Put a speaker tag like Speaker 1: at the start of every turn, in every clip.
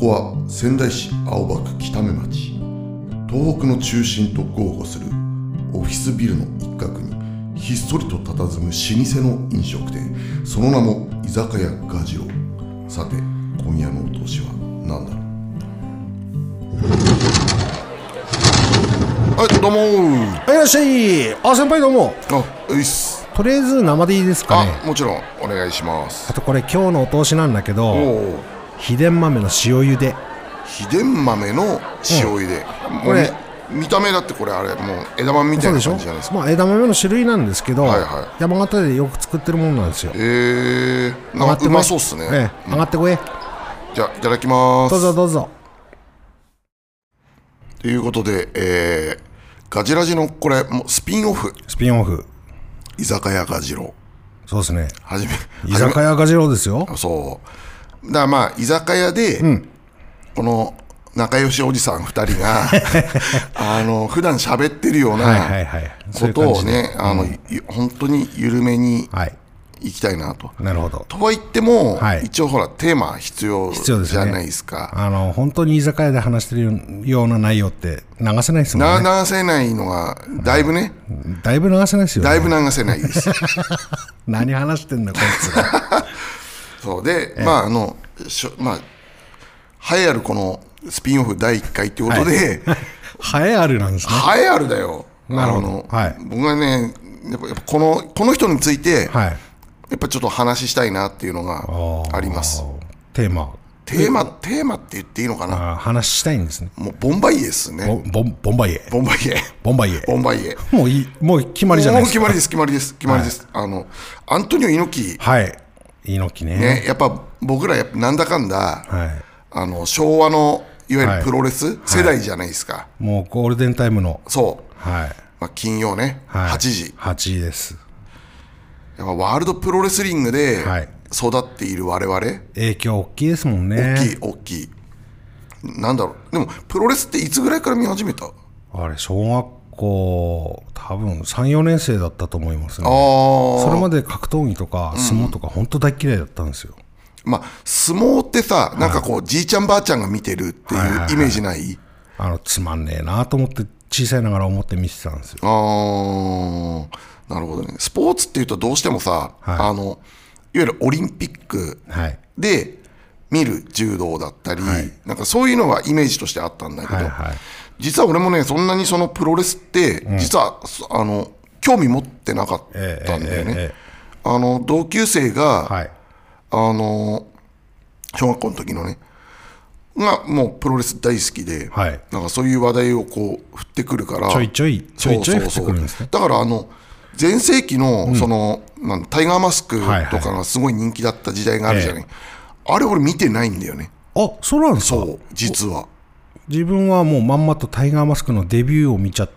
Speaker 1: こは仙台市青葉区北目町東北の中心と豪語するオフィスビルの一角にひっそりと佇む老舗の飲食店その名も居酒屋ガジロウさて今夜のお通しは何だろうはいどうも
Speaker 2: はいいらっしゃいあ先輩どうも
Speaker 1: ーあういっす
Speaker 2: とりあえず生でいいですかね
Speaker 1: あもちろんお願いしま
Speaker 2: あ
Speaker 1: す
Speaker 2: とこれ今日のお通しなんだけ
Speaker 1: お
Speaker 2: ど
Speaker 1: お
Speaker 2: 秘伝豆の塩茹で
Speaker 1: 秘伝豆の塩入れ、も
Speaker 2: こ
Speaker 1: う
Speaker 2: れ
Speaker 1: み見た目だってこれあれもう枝豆みた
Speaker 2: そ
Speaker 1: いうな
Speaker 2: でしょ
Speaker 1: 感じじゃないですか
Speaker 2: まあ枝豆の種類なんですけど、
Speaker 1: はいは
Speaker 2: 山形でよく作ってるものなんですよ
Speaker 1: えー、なんかう
Speaker 2: こい
Speaker 1: まそうっすね、
Speaker 2: ええ上がってこい
Speaker 1: じゃあいただきます
Speaker 2: どうぞどうぞ
Speaker 1: ということで、えー、ガジラジのこれもうスピンオフ
Speaker 2: スピンオフ
Speaker 1: 居酒屋ガジロ
Speaker 2: そうですね
Speaker 1: はじめ
Speaker 2: 居酒屋赤字郎ですよ
Speaker 1: 屋そうだからまあ居酒屋で、この仲良しおじさん2人が あの普段喋ってるよう
Speaker 2: はいは
Speaker 1: な
Speaker 2: いはいそう
Speaker 1: こ
Speaker 2: い
Speaker 1: と
Speaker 2: う感
Speaker 1: を
Speaker 2: じで
Speaker 1: ねあのい本当に緩めに
Speaker 2: はい
Speaker 1: 行きたいなと。
Speaker 2: なるほど
Speaker 1: とは言っても、
Speaker 2: はい
Speaker 1: 一応ほらテーマ必要
Speaker 2: 必要です
Speaker 1: じ
Speaker 2: よ
Speaker 1: ゃ
Speaker 2: ね
Speaker 1: ないですか。
Speaker 2: あの本当に居酒屋で話してるような内容って流せないですもんね
Speaker 1: な流せないのがだいぶね、
Speaker 2: だいぶ流せないですよ、ね、
Speaker 1: だいぶ流せないです。
Speaker 2: 何話してんだこいつら
Speaker 1: そうで、まああのしょまあ栄えあるこのスピンオフ第1回ってことで、
Speaker 2: ハエあるなんですね
Speaker 1: 栄えあるだよ。
Speaker 2: なるほど
Speaker 1: あの
Speaker 2: はい
Speaker 1: 僕はねやっぱやっぱこのこの人について、
Speaker 2: はい
Speaker 1: やっぱちょっと話したいなっていうのがあります。
Speaker 2: テーマ
Speaker 1: テーマテーマって言っていいのかな。
Speaker 2: あ話したいんですね
Speaker 1: もうボンバイエですね。
Speaker 2: ボボンボンバイエ
Speaker 1: ボンバイエ。
Speaker 2: ボンバイエ
Speaker 1: ボンバイエ。
Speaker 2: もういいもう決まりじゃない
Speaker 1: もう
Speaker 2: です
Speaker 1: 決ま
Speaker 2: か
Speaker 1: りです、決まりです、決まりです。あの、アントニオ猪木、
Speaker 2: はい猪木ね
Speaker 1: ね、やっぱ僕らやっぱなんだかんだ、
Speaker 2: は
Speaker 1: あの昭和のいわゆ
Speaker 2: は
Speaker 1: る
Speaker 2: い
Speaker 1: プロレス世代じゃないですか。
Speaker 2: いもうゴールデンタイムの
Speaker 1: そう、
Speaker 2: はい、
Speaker 1: まあ、金曜ね、
Speaker 2: はい、
Speaker 1: 8時。
Speaker 2: 8時です
Speaker 1: やっぱワールドプロレスリングで
Speaker 2: はい
Speaker 1: 育っている我々、
Speaker 2: 影響大きいですもんね
Speaker 1: 大きい、大きい。なんだろう、でもプロレスっていつぐらいから見始めた
Speaker 2: あれ小学校多分34年生だったと思います
Speaker 1: あ
Speaker 2: ねそれ
Speaker 1: ー
Speaker 2: まで格闘技とか相撲とか本当大嫌いだったんですよ、
Speaker 1: まあ相撲ってさ、なんかこう、じいちゃんばあちゃんが見てるって
Speaker 2: はいはい
Speaker 1: い
Speaker 2: は
Speaker 1: う
Speaker 2: い
Speaker 1: イメージない
Speaker 2: あのつまんねえなと思って小さいながら思って見てたんですよ
Speaker 1: あーなるほどね。スポーツっていうとどうしてもさ、
Speaker 2: はい
Speaker 1: あの、いわゆるオリンピック
Speaker 2: はい
Speaker 1: で見る柔道だったり、
Speaker 2: はい
Speaker 1: なんかそういうのはイメージとしてあったんだけど、
Speaker 2: はいはい
Speaker 1: 実は俺もね、そんなにそのプロレスって、実は、そあの、興味持ってなかったんだよね。
Speaker 2: ええええええ
Speaker 1: あの、同級生が、
Speaker 2: はい
Speaker 1: あの、小学校の時のね、がもうプロレス大好きで、
Speaker 2: はい
Speaker 1: なんかそういう話題をこう振ってくるから、
Speaker 2: ちょいちょいちょいちょい降ってくるんです
Speaker 1: そうそうそう
Speaker 2: ね
Speaker 1: だからあの全盛期のその、なんタイガーマスク
Speaker 2: はい
Speaker 1: とかがすごい人気だった時代があるじゃない、
Speaker 2: え
Speaker 1: あれ俺見てないんだよね
Speaker 2: あそうなんですか
Speaker 1: そう実は
Speaker 2: 自分はもうまんまとタイガーマスクのデビューを見ちゃって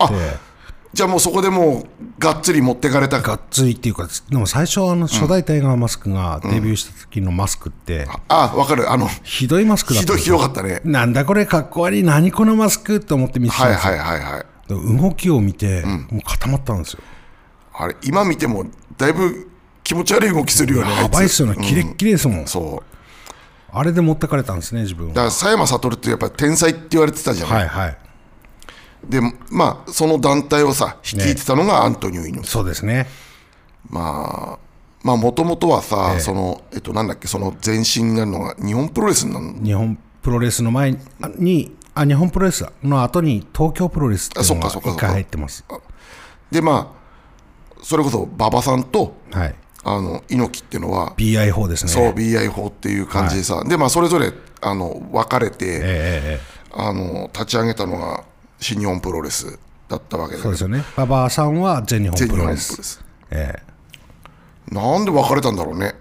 Speaker 1: じゃあもうそこでもうがっつり持ってかれた
Speaker 2: が
Speaker 1: か
Speaker 2: っつりっていうかでも最初あの初代タイガーマスクがデビューした時のマスクって
Speaker 1: あわかるあの
Speaker 2: ひどいマスクだっ
Speaker 1: ひ
Speaker 2: た
Speaker 1: ど
Speaker 2: ん
Speaker 1: い
Speaker 2: です
Speaker 1: ひ
Speaker 2: よ
Speaker 1: どかったね
Speaker 2: なんだこれかっこ悪い何このマスクって思って見てたん
Speaker 1: はい
Speaker 2: ですよ、
Speaker 1: はいはいはい
Speaker 2: 動きを見て、もう固まったんですよ
Speaker 1: あれ今見てもだいぶ気持ち悪い動きするよね
Speaker 2: やばいっすよね
Speaker 1: あつ
Speaker 2: キレッキレですもん、
Speaker 1: うんそう
Speaker 2: あれで持ってかれたんですね自分
Speaker 1: だか
Speaker 2: は
Speaker 1: ら佐山悟ってやっぱ天才って言われてたじゃない、
Speaker 2: はいはい
Speaker 1: でまあその団体をさ率いてたのがアントニオ猪木
Speaker 2: そうですね
Speaker 1: まあ、まあ、もともとはさ、
Speaker 2: ええ
Speaker 1: その、えっと、なんだっけ、その前身になるのが日本プロレスになるの。
Speaker 2: 日本プロレスの前にあにあ日本プロレスの後に東京プロレスっていうの
Speaker 1: あ
Speaker 2: が
Speaker 1: そっかそっかそっ
Speaker 2: 一
Speaker 1: か
Speaker 2: 回入ってます
Speaker 1: で、まあ、それこそ馬場さんと、
Speaker 2: はい
Speaker 1: あの、猪木っていうのは、
Speaker 2: BI 法ですね
Speaker 1: そう、BI 法っていう感じでさ、で、まあ、それぞれ、あの、分かれ
Speaker 2: ええ
Speaker 1: て、
Speaker 2: えええ
Speaker 1: あの、立ち上げたのが新日本プロレスだったわけ
Speaker 2: え
Speaker 1: だ
Speaker 2: そう
Speaker 1: よ
Speaker 2: ですよね馬場さんは全日本
Speaker 1: 全日
Speaker 2: プ
Speaker 1: 本プロ
Speaker 2: ロレ
Speaker 1: レ
Speaker 2: ス
Speaker 1: ス。
Speaker 2: ええ
Speaker 1: なんで分かれたんだろうね。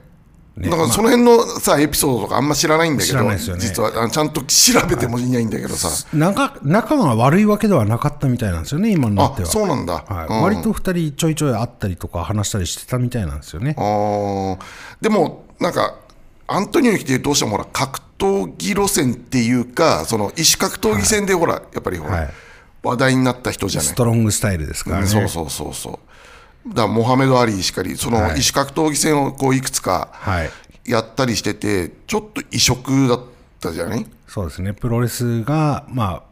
Speaker 2: ね
Speaker 1: だからその辺のさ、エピソードとかあんま知らないんだけ
Speaker 2: 知ら
Speaker 1: ど、
Speaker 2: ないですよね
Speaker 1: 実はあのちゃんと調べてもいないんだけどさ、
Speaker 2: 仲仲が悪いわけではなかったみたいなんですよね今になっ
Speaker 1: あ
Speaker 2: ては
Speaker 1: そうなんだ、
Speaker 2: はい
Speaker 1: うん
Speaker 2: 割と2人ちょいちょい会ったりとか話したりしてたみたいなんですよね
Speaker 1: あーでもなんかアントニオ猪木ってどうしてもほら格闘技路線っていうかその異種格闘技戦でほら、やっぱりほら、
Speaker 2: はい
Speaker 1: 話題になった人じゃない
Speaker 2: ス、トロングスタイルですからね
Speaker 1: そうそうそうそうだからモハメド・アリーしかりその
Speaker 2: はい
Speaker 1: 異種格闘技戦をこういくつか
Speaker 2: はい
Speaker 1: やったりしてて、ちょっと異色だっったじゃない
Speaker 2: そうですね、プロレスが、まあ、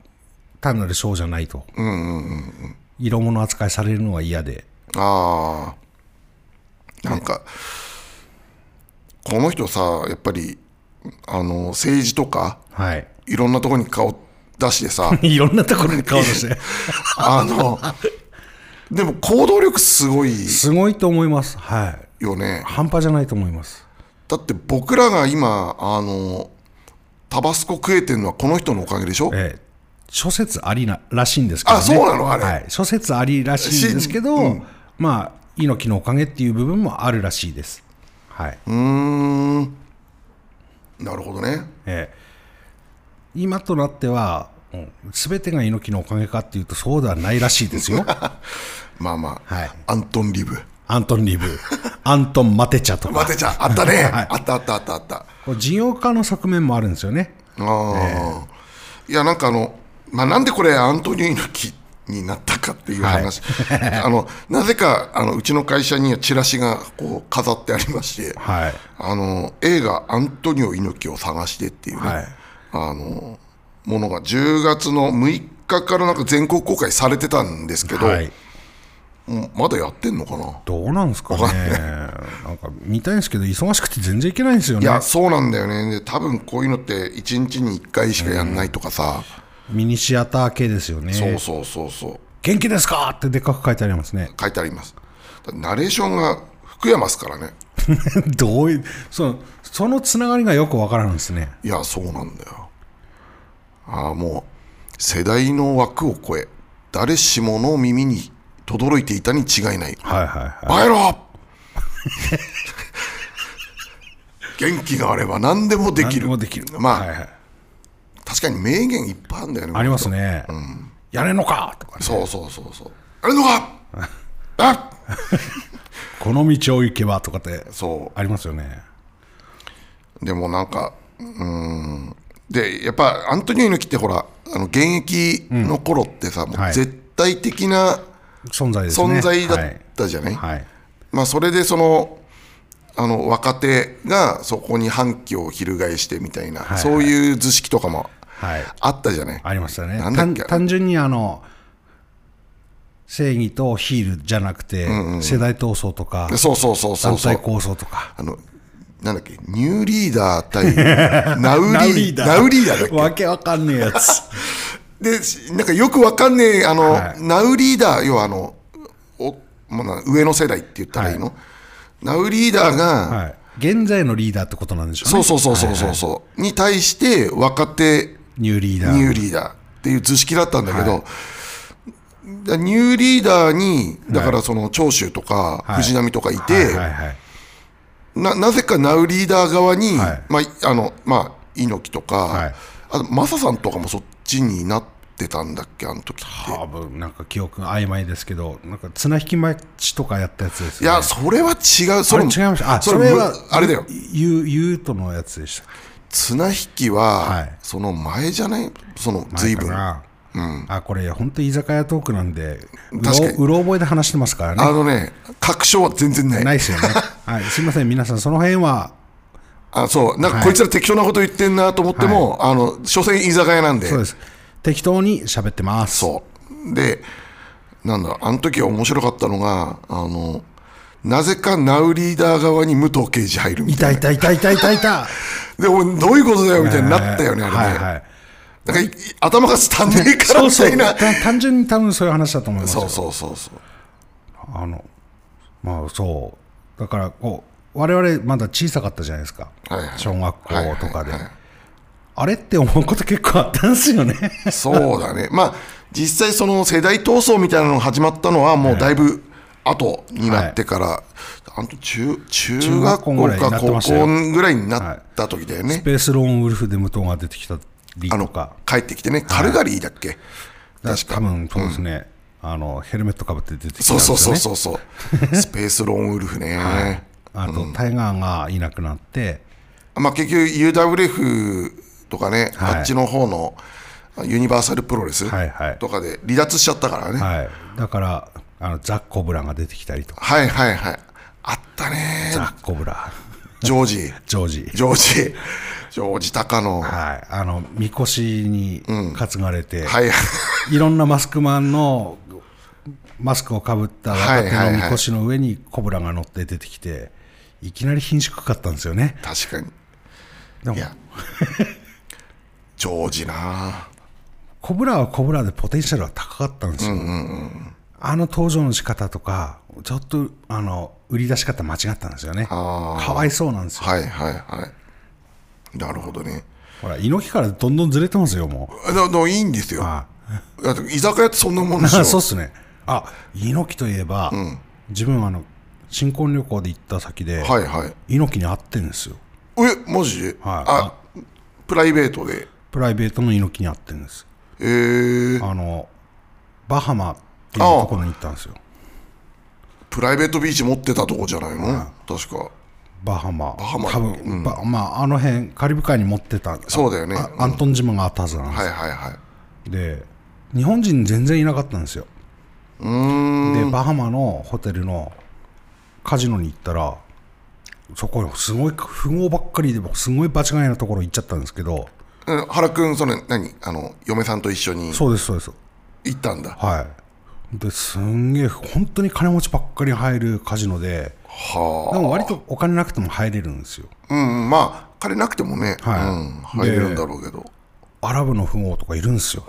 Speaker 2: 単なるショーじゃないと、色物扱いされるのは嫌で、
Speaker 1: ああなんか、この人さやっぱりあの政治とか
Speaker 2: はい、
Speaker 1: いろんなとこに顔出してさ
Speaker 2: いろんなところ に顔出して、
Speaker 1: あのでも行動力すごい
Speaker 2: すごいと思います、はい、
Speaker 1: よね
Speaker 2: 半端じゃないと思います、
Speaker 1: だって僕らが今あのタバスコ食えてるのはこの人のおかげでしょ
Speaker 2: ええ諸説ありならしいんですけど、
Speaker 1: あ
Speaker 2: ね、
Speaker 1: そうなのあれ
Speaker 2: はい、諸説ありらしいんですけど、まあ、猪木のおかげっていう部分もあるらしいです。はい、
Speaker 1: うーんなるほどね
Speaker 2: ええ今となっては、すべてが猪木のおかげかっていうと、そうではないらしいで すよ。
Speaker 1: まあまあ、
Speaker 2: はい
Speaker 1: アントン・リブ
Speaker 2: アントン・リブ、アントン・マテチャとか
Speaker 1: 待、てちゃんあったね、あったあったあったあった
Speaker 2: こう事業化の側面もあるんですよね。
Speaker 1: ああ、いやなんかあの、まあ、なんでこれアントニオ猪木になったかっていう話、 あのなぜかあのうちの会社にはチラシがこう飾ってありまして、
Speaker 2: はい。
Speaker 1: あの映画「アントニオ猪木を探して」っていうね、
Speaker 2: はい
Speaker 1: あのものが10月の6日からなんか全国公開されてたんですけど、
Speaker 2: はい。
Speaker 1: もうまだやってんのかな
Speaker 2: どうなんですかね。なんか見たいんですけど、忙しくて全然いけないんですよ
Speaker 1: い
Speaker 2: ね。
Speaker 1: やそうなんだよねで多分こういうのって1日に1回しかやんないとかさ、
Speaker 2: ミニシアター系ですよね。
Speaker 1: そうそうそうそう
Speaker 2: 元気ですかってでっかく書いてありますね。
Speaker 1: 書いてありますだナレーションが福山ですからね
Speaker 2: どういう、その、そのつながりがよくわからんですね。
Speaker 1: いやそうなんだよああもう世代の枠を超え誰しもの耳に轟いていたに違いない
Speaker 2: はいはいは
Speaker 1: バイロ 元気があれば何でもで
Speaker 2: い。
Speaker 1: き
Speaker 2: 何
Speaker 1: る
Speaker 2: もできる。
Speaker 1: まあ、
Speaker 2: はいはい、
Speaker 1: 確かに名言いっぱいあるんだよね
Speaker 2: ありますね。やれんのかとか、ね、
Speaker 1: そうそうそうそうあれのかあ
Speaker 2: この道を行けばとかって
Speaker 1: そう
Speaker 2: ありますよね。
Speaker 1: でもなんか、うーん、で、やっぱアントニオ猪木ってほら、あの現役の頃ってさ、も
Speaker 2: は
Speaker 1: う
Speaker 2: い
Speaker 1: 絶対的な
Speaker 2: 存在ですね。
Speaker 1: 存在だ
Speaker 2: は
Speaker 1: っ
Speaker 2: い。
Speaker 1: たじゃない、
Speaker 2: はい
Speaker 1: まあ、それでその、あの若手がそこに反旗を翻してみたいな、
Speaker 2: い
Speaker 1: そういう図式とかも
Speaker 2: はい
Speaker 1: あったじゃない、
Speaker 2: ありましたね。
Speaker 1: なんだっけ
Speaker 2: 単単純にあの正義とヒールじゃなくて、世代闘争とか、
Speaker 1: そうそうそうそう
Speaker 2: 団
Speaker 1: そ
Speaker 2: 体
Speaker 1: う
Speaker 2: 構想とか。
Speaker 1: あの、なんだっけ、ニューリーダー対ナウ
Speaker 2: ナウ
Speaker 1: リーダー、ナウリーダーだっけ
Speaker 2: わけわかんねえやつ。
Speaker 1: で、しなんかよくわかんねえ、あの、
Speaker 2: はい
Speaker 1: ナウリーダー、要はあの、おまあな、上の世代って言ったらいいの、ナウリーダーが、
Speaker 2: はい。現在のリーダーってことなんでしょうね。
Speaker 1: そうそうそうそうそう、そうに対して、若手
Speaker 2: ニューリー
Speaker 1: ニ
Speaker 2: ダー。
Speaker 1: ューリーダーっていう図式だったんだけど、だニューリーダーに、だからその長州とか、
Speaker 2: はい
Speaker 1: 藤波とかいて、
Speaker 2: はいはいはい。
Speaker 1: ななぜかナウリーダー側に、
Speaker 2: はい
Speaker 1: まああのまあ、猪木とか、
Speaker 2: はい
Speaker 1: あとマサさんとかもそっちになってたんだっけ、あの時って。
Speaker 2: 多分なんか記憶が曖昧ですけど、なんか綱引きマッチとかやったやつです
Speaker 1: い
Speaker 2: よ、ね。
Speaker 1: や、それは違う。そ
Speaker 2: あれ
Speaker 1: れ
Speaker 2: 違いました。あ、
Speaker 1: そ
Speaker 2: そ
Speaker 1: れ
Speaker 2: れは
Speaker 1: むあれだよ。
Speaker 2: ゆゆうとのやつでした。
Speaker 1: 綱引きは、
Speaker 2: はい
Speaker 1: その前じゃないその随分。あ
Speaker 2: ああこれ、本当居酒屋トークなんで、う
Speaker 1: 確かに
Speaker 2: ろうろ覚えで話してますからね。
Speaker 1: のね、確証は全然ない。
Speaker 2: ないで すよね。はい、すみません、皆さん、その辺は、
Speaker 1: あ、そう。なんかこいつら適当なこと言ってんなと思っても、あの、所詮居酒屋なんで。
Speaker 2: そうです。適当に喋ってます。
Speaker 1: そうで、なんだ、あの時は面白かったのが、あの、なぜかナウリーダー側に武藤刑事入るみ
Speaker 2: い
Speaker 1: た
Speaker 2: た
Speaker 1: い
Speaker 2: いたいたいたいたいた。
Speaker 1: な。で、俺、どういうことだよみたいになったよね、あれね。
Speaker 2: はいはい。
Speaker 1: なんかい、頭が足んねえからみたいな。
Speaker 2: た単純に多分そういう話だと思いますよ
Speaker 1: そうそうそうそう。
Speaker 2: あの、まあそう。だから、こう、我々まだ小さかったじゃないですか。
Speaker 1: はいはい
Speaker 2: 小学校とかで。
Speaker 1: はいはいはい
Speaker 2: あれって思うこと結構あったんです よね。
Speaker 1: そうだね、まあ、実際、その世代闘争みたいなのが始まったのは、もうだいぶ後になってから、あんと中中学校
Speaker 2: 中学校ぐらいにな
Speaker 1: か
Speaker 2: って
Speaker 1: 高
Speaker 2: ましたよ
Speaker 1: 校ぐらいになった時だよね、
Speaker 2: スペースローンウルフで武藤が出てきたり
Speaker 1: あ
Speaker 2: と
Speaker 1: の
Speaker 2: か。
Speaker 1: 帰ってきてね、カルガリーだっけ、
Speaker 2: だ
Speaker 1: 確か
Speaker 2: 多分そうですね、あのヘルメットかぶって出てきたんです
Speaker 1: そ
Speaker 2: よ、
Speaker 1: う
Speaker 2: ね、
Speaker 1: そうそうそうそう、 スペースローンウルフね、
Speaker 2: あと、タイガーがいなくなって
Speaker 1: まあ、結局、UWF とかね、
Speaker 2: はい
Speaker 1: あっちの方のユニバーサルプロレス
Speaker 2: はいはい
Speaker 1: とかで離脱しちゃったからね、はい、
Speaker 2: はいだからあのザ・コブラが出てきたりとか
Speaker 1: はい、はいはいあったね、
Speaker 2: ザ・コブラ
Speaker 1: ジョージ。
Speaker 2: ジョージ
Speaker 1: ジョージ、庄司隆の。は
Speaker 2: はい、あの、みこしに担がれて、
Speaker 1: い。
Speaker 2: いろんなマスクマンのマスクをかぶった若手
Speaker 1: はいはいは
Speaker 2: のみ
Speaker 1: い
Speaker 2: こしの上にコブラが乗って出てきて、いきなり品種かかったんですよね。
Speaker 1: 確かに。
Speaker 2: でも
Speaker 1: い、や。庄司な
Speaker 2: コブラはコブラでポテンシャルは高かったんですよ。あの登場の仕方とか、ちょっと、あの、売り出し方間違ったんですよね。か
Speaker 1: あー
Speaker 2: わいそうなんですよ。
Speaker 1: はいはいはい。なるほどね。
Speaker 2: ほら、猪木からどんどんずれてますよ、もう。
Speaker 1: あだだいいんですよ。
Speaker 2: あ
Speaker 1: だって居酒屋ってそんなもんでし
Speaker 2: あ
Speaker 1: ょ。
Speaker 2: そうっすね。あ、猪木といえば、自分あの、新婚旅行で行った先で、
Speaker 1: はいはい。
Speaker 2: 猪木に会ってんですよ。
Speaker 1: え、マジ、あ、プライベートで。
Speaker 2: プライベートの猪木に会ってんです。
Speaker 1: えー、
Speaker 2: あの、バハマっていうところに行ったんですよ。
Speaker 1: プライベートビーチ持ってたとこじゃないの、確か。
Speaker 2: バハマ。
Speaker 1: ハマ
Speaker 2: 多分、ばまあ、あの辺、カリブ海に持ってた。
Speaker 1: そうだよね
Speaker 2: あアントン島があったはずなんですよ
Speaker 1: はいはいはい。
Speaker 2: で日本人全然いなかったんですよ
Speaker 1: うーん。
Speaker 2: でバハマのホテルのカジノに行ったらそこすごい富豪ばっかりでもすごい場違いなところ行っちゃったんですけど
Speaker 1: え原くん、それ、何あの、嫁さんと一緒に
Speaker 2: そうですそうです
Speaker 1: 行ったんだ。
Speaker 2: はいですんげえ本当に金持ちばっかり入るカジノで
Speaker 1: は
Speaker 2: でも割とお金なくても入れるんですよ
Speaker 1: あ。うん、まあ、彼なくてもね、
Speaker 2: はい
Speaker 1: うん、入れるんだろうけど。
Speaker 2: アラブの富豪とかいるんですよ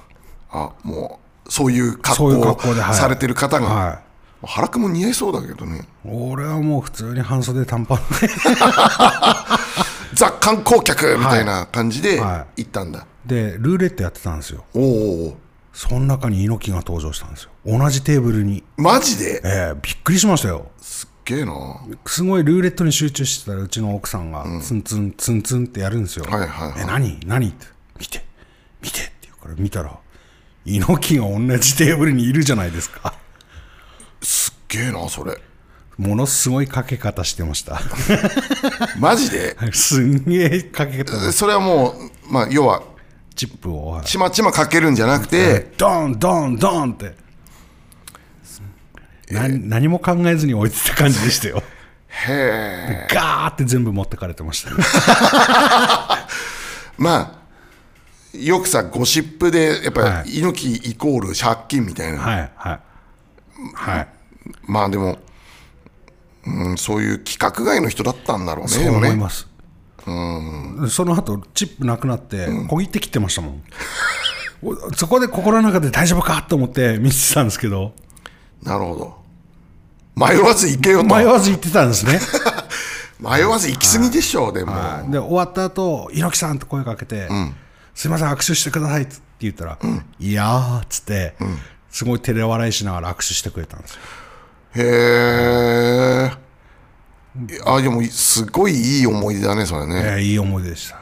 Speaker 1: あ、もう、そういう格
Speaker 2: そういう
Speaker 1: 好
Speaker 2: 格好ではい
Speaker 1: されてる方が、
Speaker 2: は
Speaker 1: 原くんも似合いそうだけどね。
Speaker 2: い俺はもう普通に半袖短パンで
Speaker 1: ザ観光客みたいな感じで
Speaker 2: は
Speaker 1: 行ったんだ。
Speaker 2: で ルーレットやってたんですよ
Speaker 1: おうおうおう
Speaker 2: その中に猪木が登場したんですよ同じテーブルに
Speaker 1: マジで
Speaker 2: ええびっくりしましたよ
Speaker 1: すっげえな。は
Speaker 2: すごいルーレットに集中してたらうちの奥さんがツンツンツンツンってやるんですよ、
Speaker 1: いはいはい。
Speaker 2: え何何って見て見てって言うから見たら猪木が同じテーブルにいるじゃないですか
Speaker 1: すっげえな、それ。
Speaker 2: ものすごいかけ方してました
Speaker 1: マジで
Speaker 2: すんげえかけ方
Speaker 1: それはもう、まあ、要は、
Speaker 2: チップをはい
Speaker 1: ちまちまかけるんじゃなくて、
Speaker 2: ドンドンドンって、な 何も考えずに置いてた感じでした よ
Speaker 1: へえ。
Speaker 2: ガーって全部持ってかれてました
Speaker 1: まあ、よくさ、ゴシップで、やっぱ
Speaker 2: は
Speaker 1: り、猪木イコール借金みたいな。
Speaker 2: はいはいはい
Speaker 1: まあでも、うん、そういう規格外の人だったんだろうね。
Speaker 2: そう
Speaker 1: でも
Speaker 2: 思い
Speaker 1: ね。
Speaker 2: ます、その後チップなくなって、小切って切ってましたもん おそこで心の中で大丈夫かと思って見てたんですけど
Speaker 1: なるほど。迷わず行けよと。
Speaker 2: 迷わず言ってたんですね
Speaker 1: 迷わず行き過ぎでしょう、でも。
Speaker 2: で終わった後猪木さんと声かけて、すいません握手してくださいっつって言ったら、いやーっつって、すごい照れ笑いしながら握手してくれたんですよ
Speaker 1: へえ。あ、でも、すごいいい思い出だね、それね。
Speaker 2: えーいい思い出でした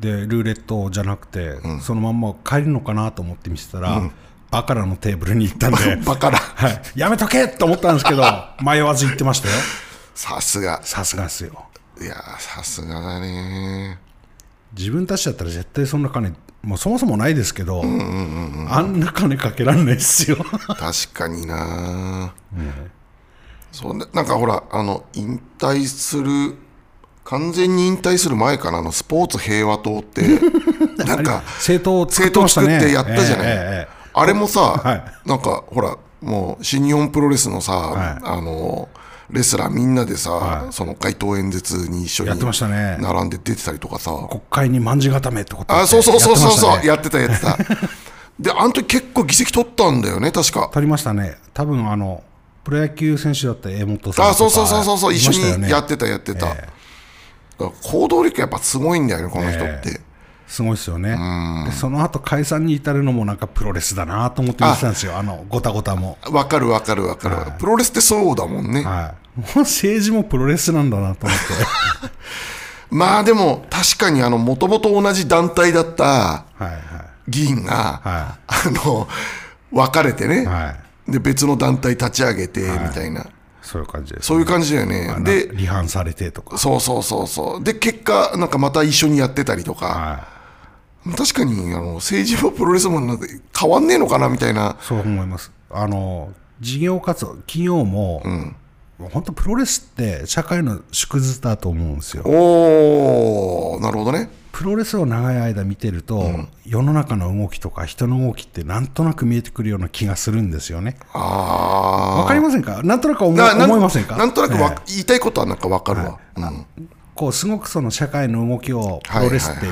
Speaker 2: でルーレットじゃなくて、そのまんま帰るのかなと思って見てたら、バカラのテーブルに行ったん で
Speaker 1: バカラ。
Speaker 2: はい、やめとけと思ったんですけど、迷わず言ってましたよ。
Speaker 1: さすが。
Speaker 2: さすがですよ。
Speaker 1: いやー、さすがだね。
Speaker 2: 自分たちだったら絶対そんな金、もうそもそもないですけど、あんな金かけらんないですよ。
Speaker 1: 確かにな、そうねなんかほらあの引退する完全に引退する前かなあのスポーツ平和党って なんか
Speaker 2: 政党を作
Speaker 1: 政
Speaker 2: って
Speaker 1: 党
Speaker 2: ました
Speaker 1: 作
Speaker 2: ね。
Speaker 1: ってやったじゃない、
Speaker 2: えええ
Speaker 1: あれもさ、
Speaker 2: は
Speaker 1: なんかほらもう新日本プロレスのさ、
Speaker 2: はい
Speaker 1: あのレスラーみんなでさ、その街頭演説に一緒に
Speaker 2: やってましたね
Speaker 1: 並んで出てたりとかさ、
Speaker 2: え国会にまんじ固めってこと
Speaker 1: あそうそうそうそうそう
Speaker 2: やっ
Speaker 1: やってたやってた であの時結構議席取ったんだよね確か
Speaker 2: 取りましたね。多分あの、プロ野球選手だった江本さんとか。
Speaker 1: あそうそうそうそうそう、
Speaker 2: いま
Speaker 1: 一
Speaker 2: したよ
Speaker 1: 緒
Speaker 2: ね
Speaker 1: にやってたやってた、だから行動力やっぱすごいんだよねこの人って、
Speaker 2: すごいですよね。で、その後解散に至るのもなんかプロレスだなと思って見てたんですよ。あの、ごたごたも。
Speaker 1: わかるわかるわかる、プロレスってそうだもんね、
Speaker 2: はい。もう政治もプロレスなんだなと思って。
Speaker 1: まあでも確かにあのもともと同じ団体だった
Speaker 2: はいはい。
Speaker 1: 議員が、
Speaker 2: は
Speaker 1: あの別れてね、
Speaker 2: はい。
Speaker 1: で別の団体立ち上げてみたいな、
Speaker 2: そういう感じです。
Speaker 1: そういう感じだよね、
Speaker 2: で、
Speaker 1: で
Speaker 2: 離反されてとか。
Speaker 1: そうそうそうそうで結果なんかまた一緒にやってたりとか、
Speaker 2: は。
Speaker 1: 確かにあの政治もプロレスもなんて変わんねえのかなみたいない
Speaker 2: そう思います。あの、事業活動、企業も、本当プロレスって社会の縮図だと思うんですよ。
Speaker 1: おー、なるほどね。
Speaker 2: プロレスを長い間見てると、世の中の動きとか人の動きってなんとなく見えてくるような気がするんですよね。
Speaker 1: あ
Speaker 2: わかりませんかなんとなく思
Speaker 1: あ
Speaker 2: 思いませんか
Speaker 1: なんとなくわ、
Speaker 2: え
Speaker 1: 言いたいことはなんかわかるわ、うん
Speaker 2: えこうすごくその社会の動きをプ
Speaker 1: はいはいはい
Speaker 2: ロレスって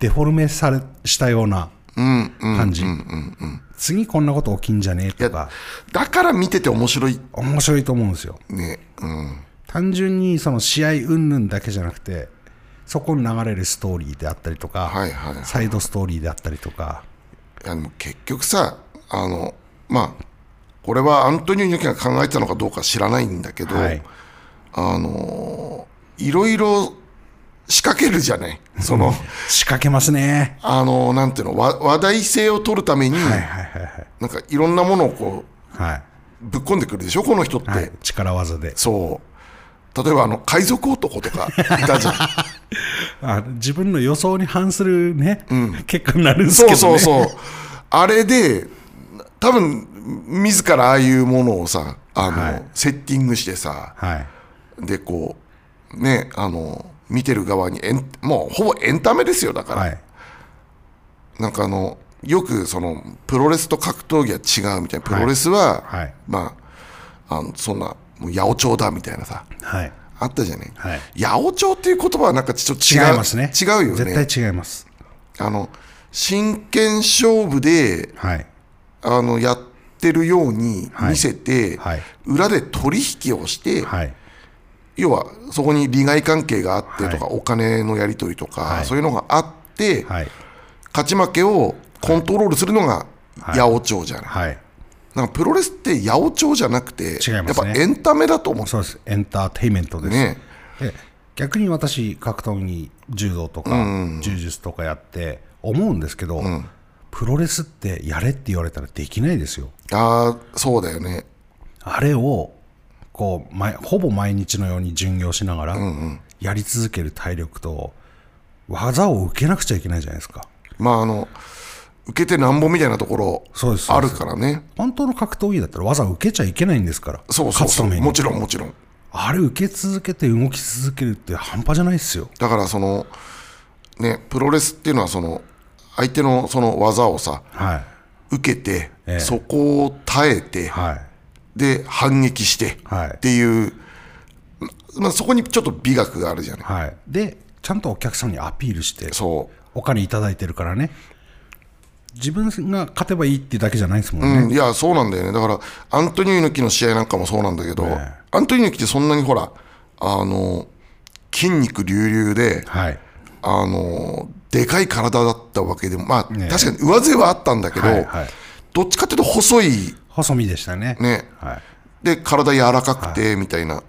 Speaker 2: デフォルメされしたような感じ。次こんなこと起きんじゃねえ
Speaker 1: いや
Speaker 2: とか
Speaker 1: だから見てて面白い
Speaker 2: 面白いと思うんですよ。
Speaker 1: ね、うん、
Speaker 2: 単純にその試合云々だけじゃなくてそこに流れるストーリーであったりとか、
Speaker 1: はいはいはい
Speaker 2: サイドストーリーであったりとか
Speaker 1: いやでも結局さあのまあこれはアントニオ猪木が考えてたのかどうか知らないんだけど、
Speaker 2: はいい、
Speaker 1: あのいろいろ仕掛けるじゃ ないその
Speaker 2: 仕掛けますね
Speaker 1: あのなんていうのわ話題性を取るために、
Speaker 2: はいはいはいはい
Speaker 1: なんかいろんなものをこう
Speaker 2: はい
Speaker 1: ぶっ込んでくるでしょこの人って、
Speaker 2: はい、力技で
Speaker 1: そう例えばあの海賊男と かいたじゃん
Speaker 2: あ自分の予想に反するね、結果になるんですけ
Speaker 1: そ
Speaker 2: ど、
Speaker 1: う
Speaker 2: ね、
Speaker 1: そうそうあれで多分自らああいうものをさあの、
Speaker 2: はい
Speaker 1: セッティングしてさ
Speaker 2: はい
Speaker 1: でこうねあの見てる側にエンもうほぼエンタメですよだから、
Speaker 2: はい
Speaker 1: なんかあのよくそのプロレスと格闘技は違うみたいなプロレスは、
Speaker 2: はい
Speaker 1: まああのそんなもう八百長だみたいなさ
Speaker 2: はい
Speaker 1: あったじゃない、
Speaker 2: はい
Speaker 1: 八百長っていう言葉はなんかちょっと
Speaker 2: 違
Speaker 1: 違う
Speaker 2: いますね
Speaker 1: 違うよね
Speaker 2: 絶対違います
Speaker 1: あの真剣勝負で
Speaker 2: はい
Speaker 1: あのやってるように見せて、
Speaker 2: はいはい
Speaker 1: 裏で取引をして、
Speaker 2: はい
Speaker 1: 要はそこに利害関係があってとか、
Speaker 2: は
Speaker 1: お金のやり取りとか、
Speaker 2: はい
Speaker 1: そういうのがあって、
Speaker 2: はい
Speaker 1: 勝ち負けをコントロールするのが八百長じゃない、
Speaker 2: はい
Speaker 1: なんかプロレスって八百長じゃなくて、
Speaker 2: 違い
Speaker 1: や
Speaker 2: ま
Speaker 1: っ
Speaker 2: す
Speaker 1: ぱ
Speaker 2: ね
Speaker 1: エンタメだと思うんです
Speaker 2: そうですエンターテイメントです、
Speaker 1: ね。
Speaker 2: で逆に私格闘技柔道とか柔術とかやって思うんですけど、プロレスってやれって言われたらできないですよ
Speaker 1: ああ、そうだよね。
Speaker 2: あれをこう毎ほぼ毎日のように巡業しながらやり続ける体力と技を受けなくちゃいけないじゃないですか
Speaker 1: まあ、あの、受けてなんぼみたいなところ
Speaker 2: そうです
Speaker 1: あるからね。
Speaker 2: 本当の格闘技だったら技を受けちゃいけないんですから
Speaker 1: そうそうそう
Speaker 2: 勝つため
Speaker 1: も
Speaker 2: に
Speaker 1: ちろんもちろん。
Speaker 2: あれ受け続けて動き続けるって半端じゃないですよ
Speaker 1: だからその、ね、プロレスっていうのはその、相手のその技をさ、
Speaker 2: は
Speaker 1: 受けて、
Speaker 2: ええ
Speaker 1: そこを耐えて、
Speaker 2: いはい
Speaker 1: で、反撃して、
Speaker 2: はい
Speaker 1: っていう、まあ、そこにちょっと美学があるじゃない。
Speaker 2: はいでちゃんとお客さんにアピールして
Speaker 1: そ
Speaker 2: お金いただいてるからね自分が勝てばいいってだけじゃないですもん
Speaker 1: う。
Speaker 2: ね、
Speaker 1: うん、いや、そうなんだよね。だから、アントニオ猪木の試合なんかもそうなんだけど、
Speaker 2: ね
Speaker 1: アントニオ猪木ってそんなにほら、あの、筋肉隆々で、
Speaker 2: はい
Speaker 1: あのでかい体だったわけでも、まあ、
Speaker 2: ね
Speaker 1: 確かに上背はあったんだけど、
Speaker 2: はいはい
Speaker 1: どっちかっていうと細い、
Speaker 2: 細身でしたね
Speaker 1: ね
Speaker 2: はい、
Speaker 1: で、体柔らかくて、みたいな。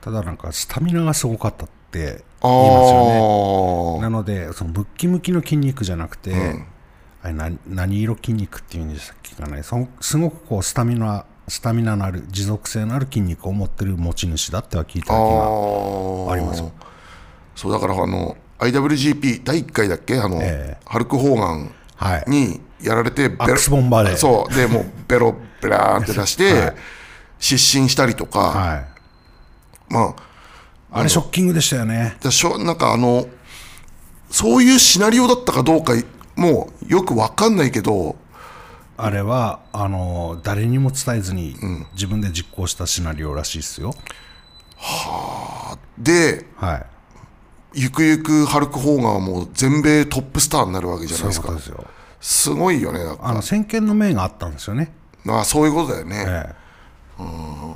Speaker 2: ただなんかスタミナがすごかったって
Speaker 1: あ
Speaker 2: 言いますよね
Speaker 1: ー
Speaker 2: なのでそのムッキムキの筋肉じゃなくて、あれ何何色筋肉っていうんでしたっけかねそんすごくこうスタミナスタミナのある持続性のある筋肉を持ってる持ち主だっては聞いた時が
Speaker 1: あー
Speaker 2: ありますよ
Speaker 1: そう、だから、あの、IWGP 第1回だっけあの、
Speaker 2: え
Speaker 1: ハルク・ホーガン
Speaker 2: はい
Speaker 1: にやられて、ベ
Speaker 2: アックスボンバーで
Speaker 1: そう、で、もう、ベロ、ベラーンって出して、
Speaker 2: はい
Speaker 1: 失神したりとか、
Speaker 2: はい
Speaker 1: まあ、
Speaker 2: あれショッキングでしたよね
Speaker 1: だしょなんかあのそういうシナリオだったかどうかもうよくわかんないけど
Speaker 2: あれはあの誰にも伝えずに、自分で実行したシナリオらしいですよ。
Speaker 1: で
Speaker 2: はい。
Speaker 1: ゆくゆくハルク・ホーガンはもう全米トップスターになるわけじゃない
Speaker 2: そう
Speaker 1: で
Speaker 2: いう
Speaker 1: す
Speaker 2: こと
Speaker 1: か
Speaker 2: です
Speaker 1: す
Speaker 2: よ。
Speaker 1: ごいよねだか
Speaker 2: あの先見の明があったんですよね。
Speaker 1: まあそういうことだよね、
Speaker 2: ええ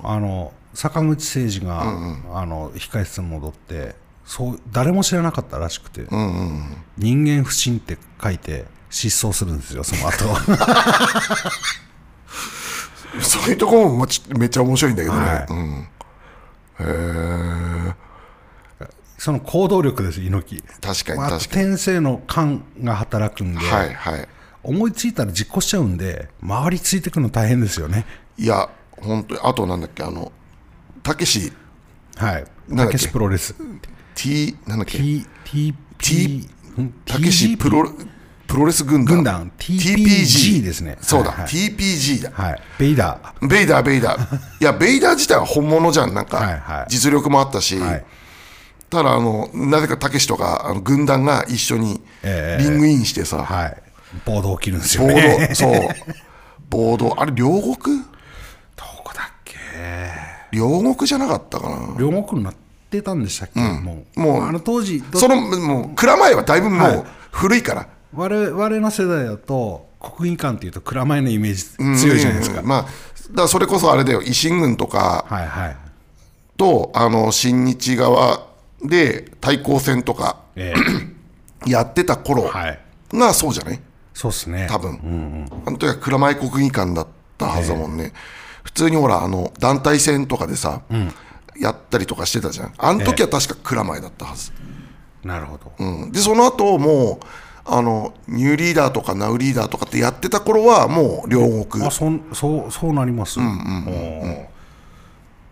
Speaker 2: あの坂口誠二が、あの控室に戻って、そう誰も知らなかったらしくて、人間不信って書いて失踪するんですよ。その 後は
Speaker 1: そういうところもまちめっちゃ面白いんだけどね、
Speaker 2: い。その行動力です猪木。
Speaker 1: 確かに
Speaker 2: まあ
Speaker 1: 確か
Speaker 2: 天性の感が働くんで。
Speaker 1: にはいはい
Speaker 2: 思いついたら実行しちゃうんで周りついてくの大変ですよね
Speaker 1: いや本当にあとなんだっけあのたけし
Speaker 2: はい
Speaker 1: なんだ
Speaker 2: た
Speaker 1: っけ
Speaker 2: けしプロレス
Speaker 1: T なんだっけ
Speaker 2: T T
Speaker 1: T-
Speaker 2: T
Speaker 1: たけしプロプロレス軍団
Speaker 2: 軍団 TPG ですね
Speaker 1: そうだ、
Speaker 2: はいはい
Speaker 1: TPG だ
Speaker 2: はいベイダー
Speaker 1: ベイ ダー、ベイダー。いや、ベイダー自体は本物じゃん。なんか、
Speaker 2: はいはい
Speaker 1: 実力もあったし、
Speaker 2: はい
Speaker 1: たらあのなぜかたけしとかあの軍団が一緒に
Speaker 2: ええ
Speaker 1: リングインしてさ、
Speaker 2: はい。ボードを切るんですよ
Speaker 1: ボ
Speaker 2: ね。
Speaker 1: ー ドそうボードあれ両国
Speaker 2: どこだっけ
Speaker 1: 両国じゃなかったかな
Speaker 2: 両国になってたんでしたっけ、もう。
Speaker 1: もう
Speaker 2: あの当時、ど
Speaker 1: そのもう蔵前はだいぶもう古いから、
Speaker 2: 我々の世代だと、国技館っていうと蔵前のイメージ強いじゃないですか。
Speaker 1: うんまあ、だからそれこそあれだよ維新軍とか
Speaker 2: はいはい。
Speaker 1: とあの新日側で対抗戦とか
Speaker 2: え
Speaker 1: やってた頃
Speaker 2: えはい。
Speaker 1: がそうじゃない
Speaker 2: そうっすね。
Speaker 1: 多分、あの時は蔵前国技館だったはずだもんね、普通にほらあの団体戦とかでさ、やったりとかしてたじゃんあの時は確か蔵前だったはず、
Speaker 2: なるほど。
Speaker 1: うん、でその後もうあのニューリーダーとかナウリーダーとかってやってた頃はもう両国
Speaker 2: あそんそうそうなります、おー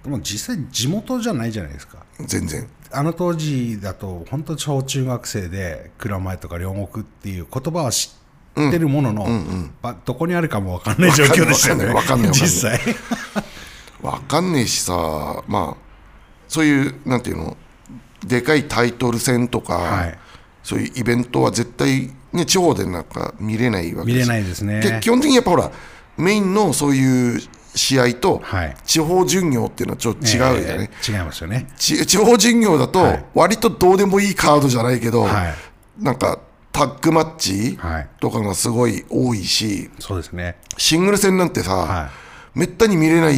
Speaker 2: でも実際地元じゃないじゃないですか
Speaker 1: 全然
Speaker 2: あの当時だと本当小中学生で蔵前とか両国っていう言葉は知ってるものの、ばどこにあるかも分かんない状況でしたよね
Speaker 1: わかんないわかんないわかんない
Speaker 2: 実際
Speaker 1: わかんねえしさまあそういうなんていうのでかいタイトル戦とか、
Speaker 2: はい
Speaker 1: そういうイベントは絶対、ね、地方でなんか見れないわけ
Speaker 2: 見れないいですね
Speaker 1: 基本的にやっぱほらメインのそういう試合と
Speaker 2: はい
Speaker 1: 地方巡業っていうのはちょっと違うよね、
Speaker 2: えー違いますよね
Speaker 1: ち地方巡業だと
Speaker 2: はい
Speaker 1: 割とどうでもいいカードじゃないけど、
Speaker 2: はい
Speaker 1: なんかタッグマッチ
Speaker 2: はい
Speaker 1: とかがすごい多いし
Speaker 2: そうですね
Speaker 1: シングル戦なんてさ、
Speaker 2: はい
Speaker 1: めったに見れない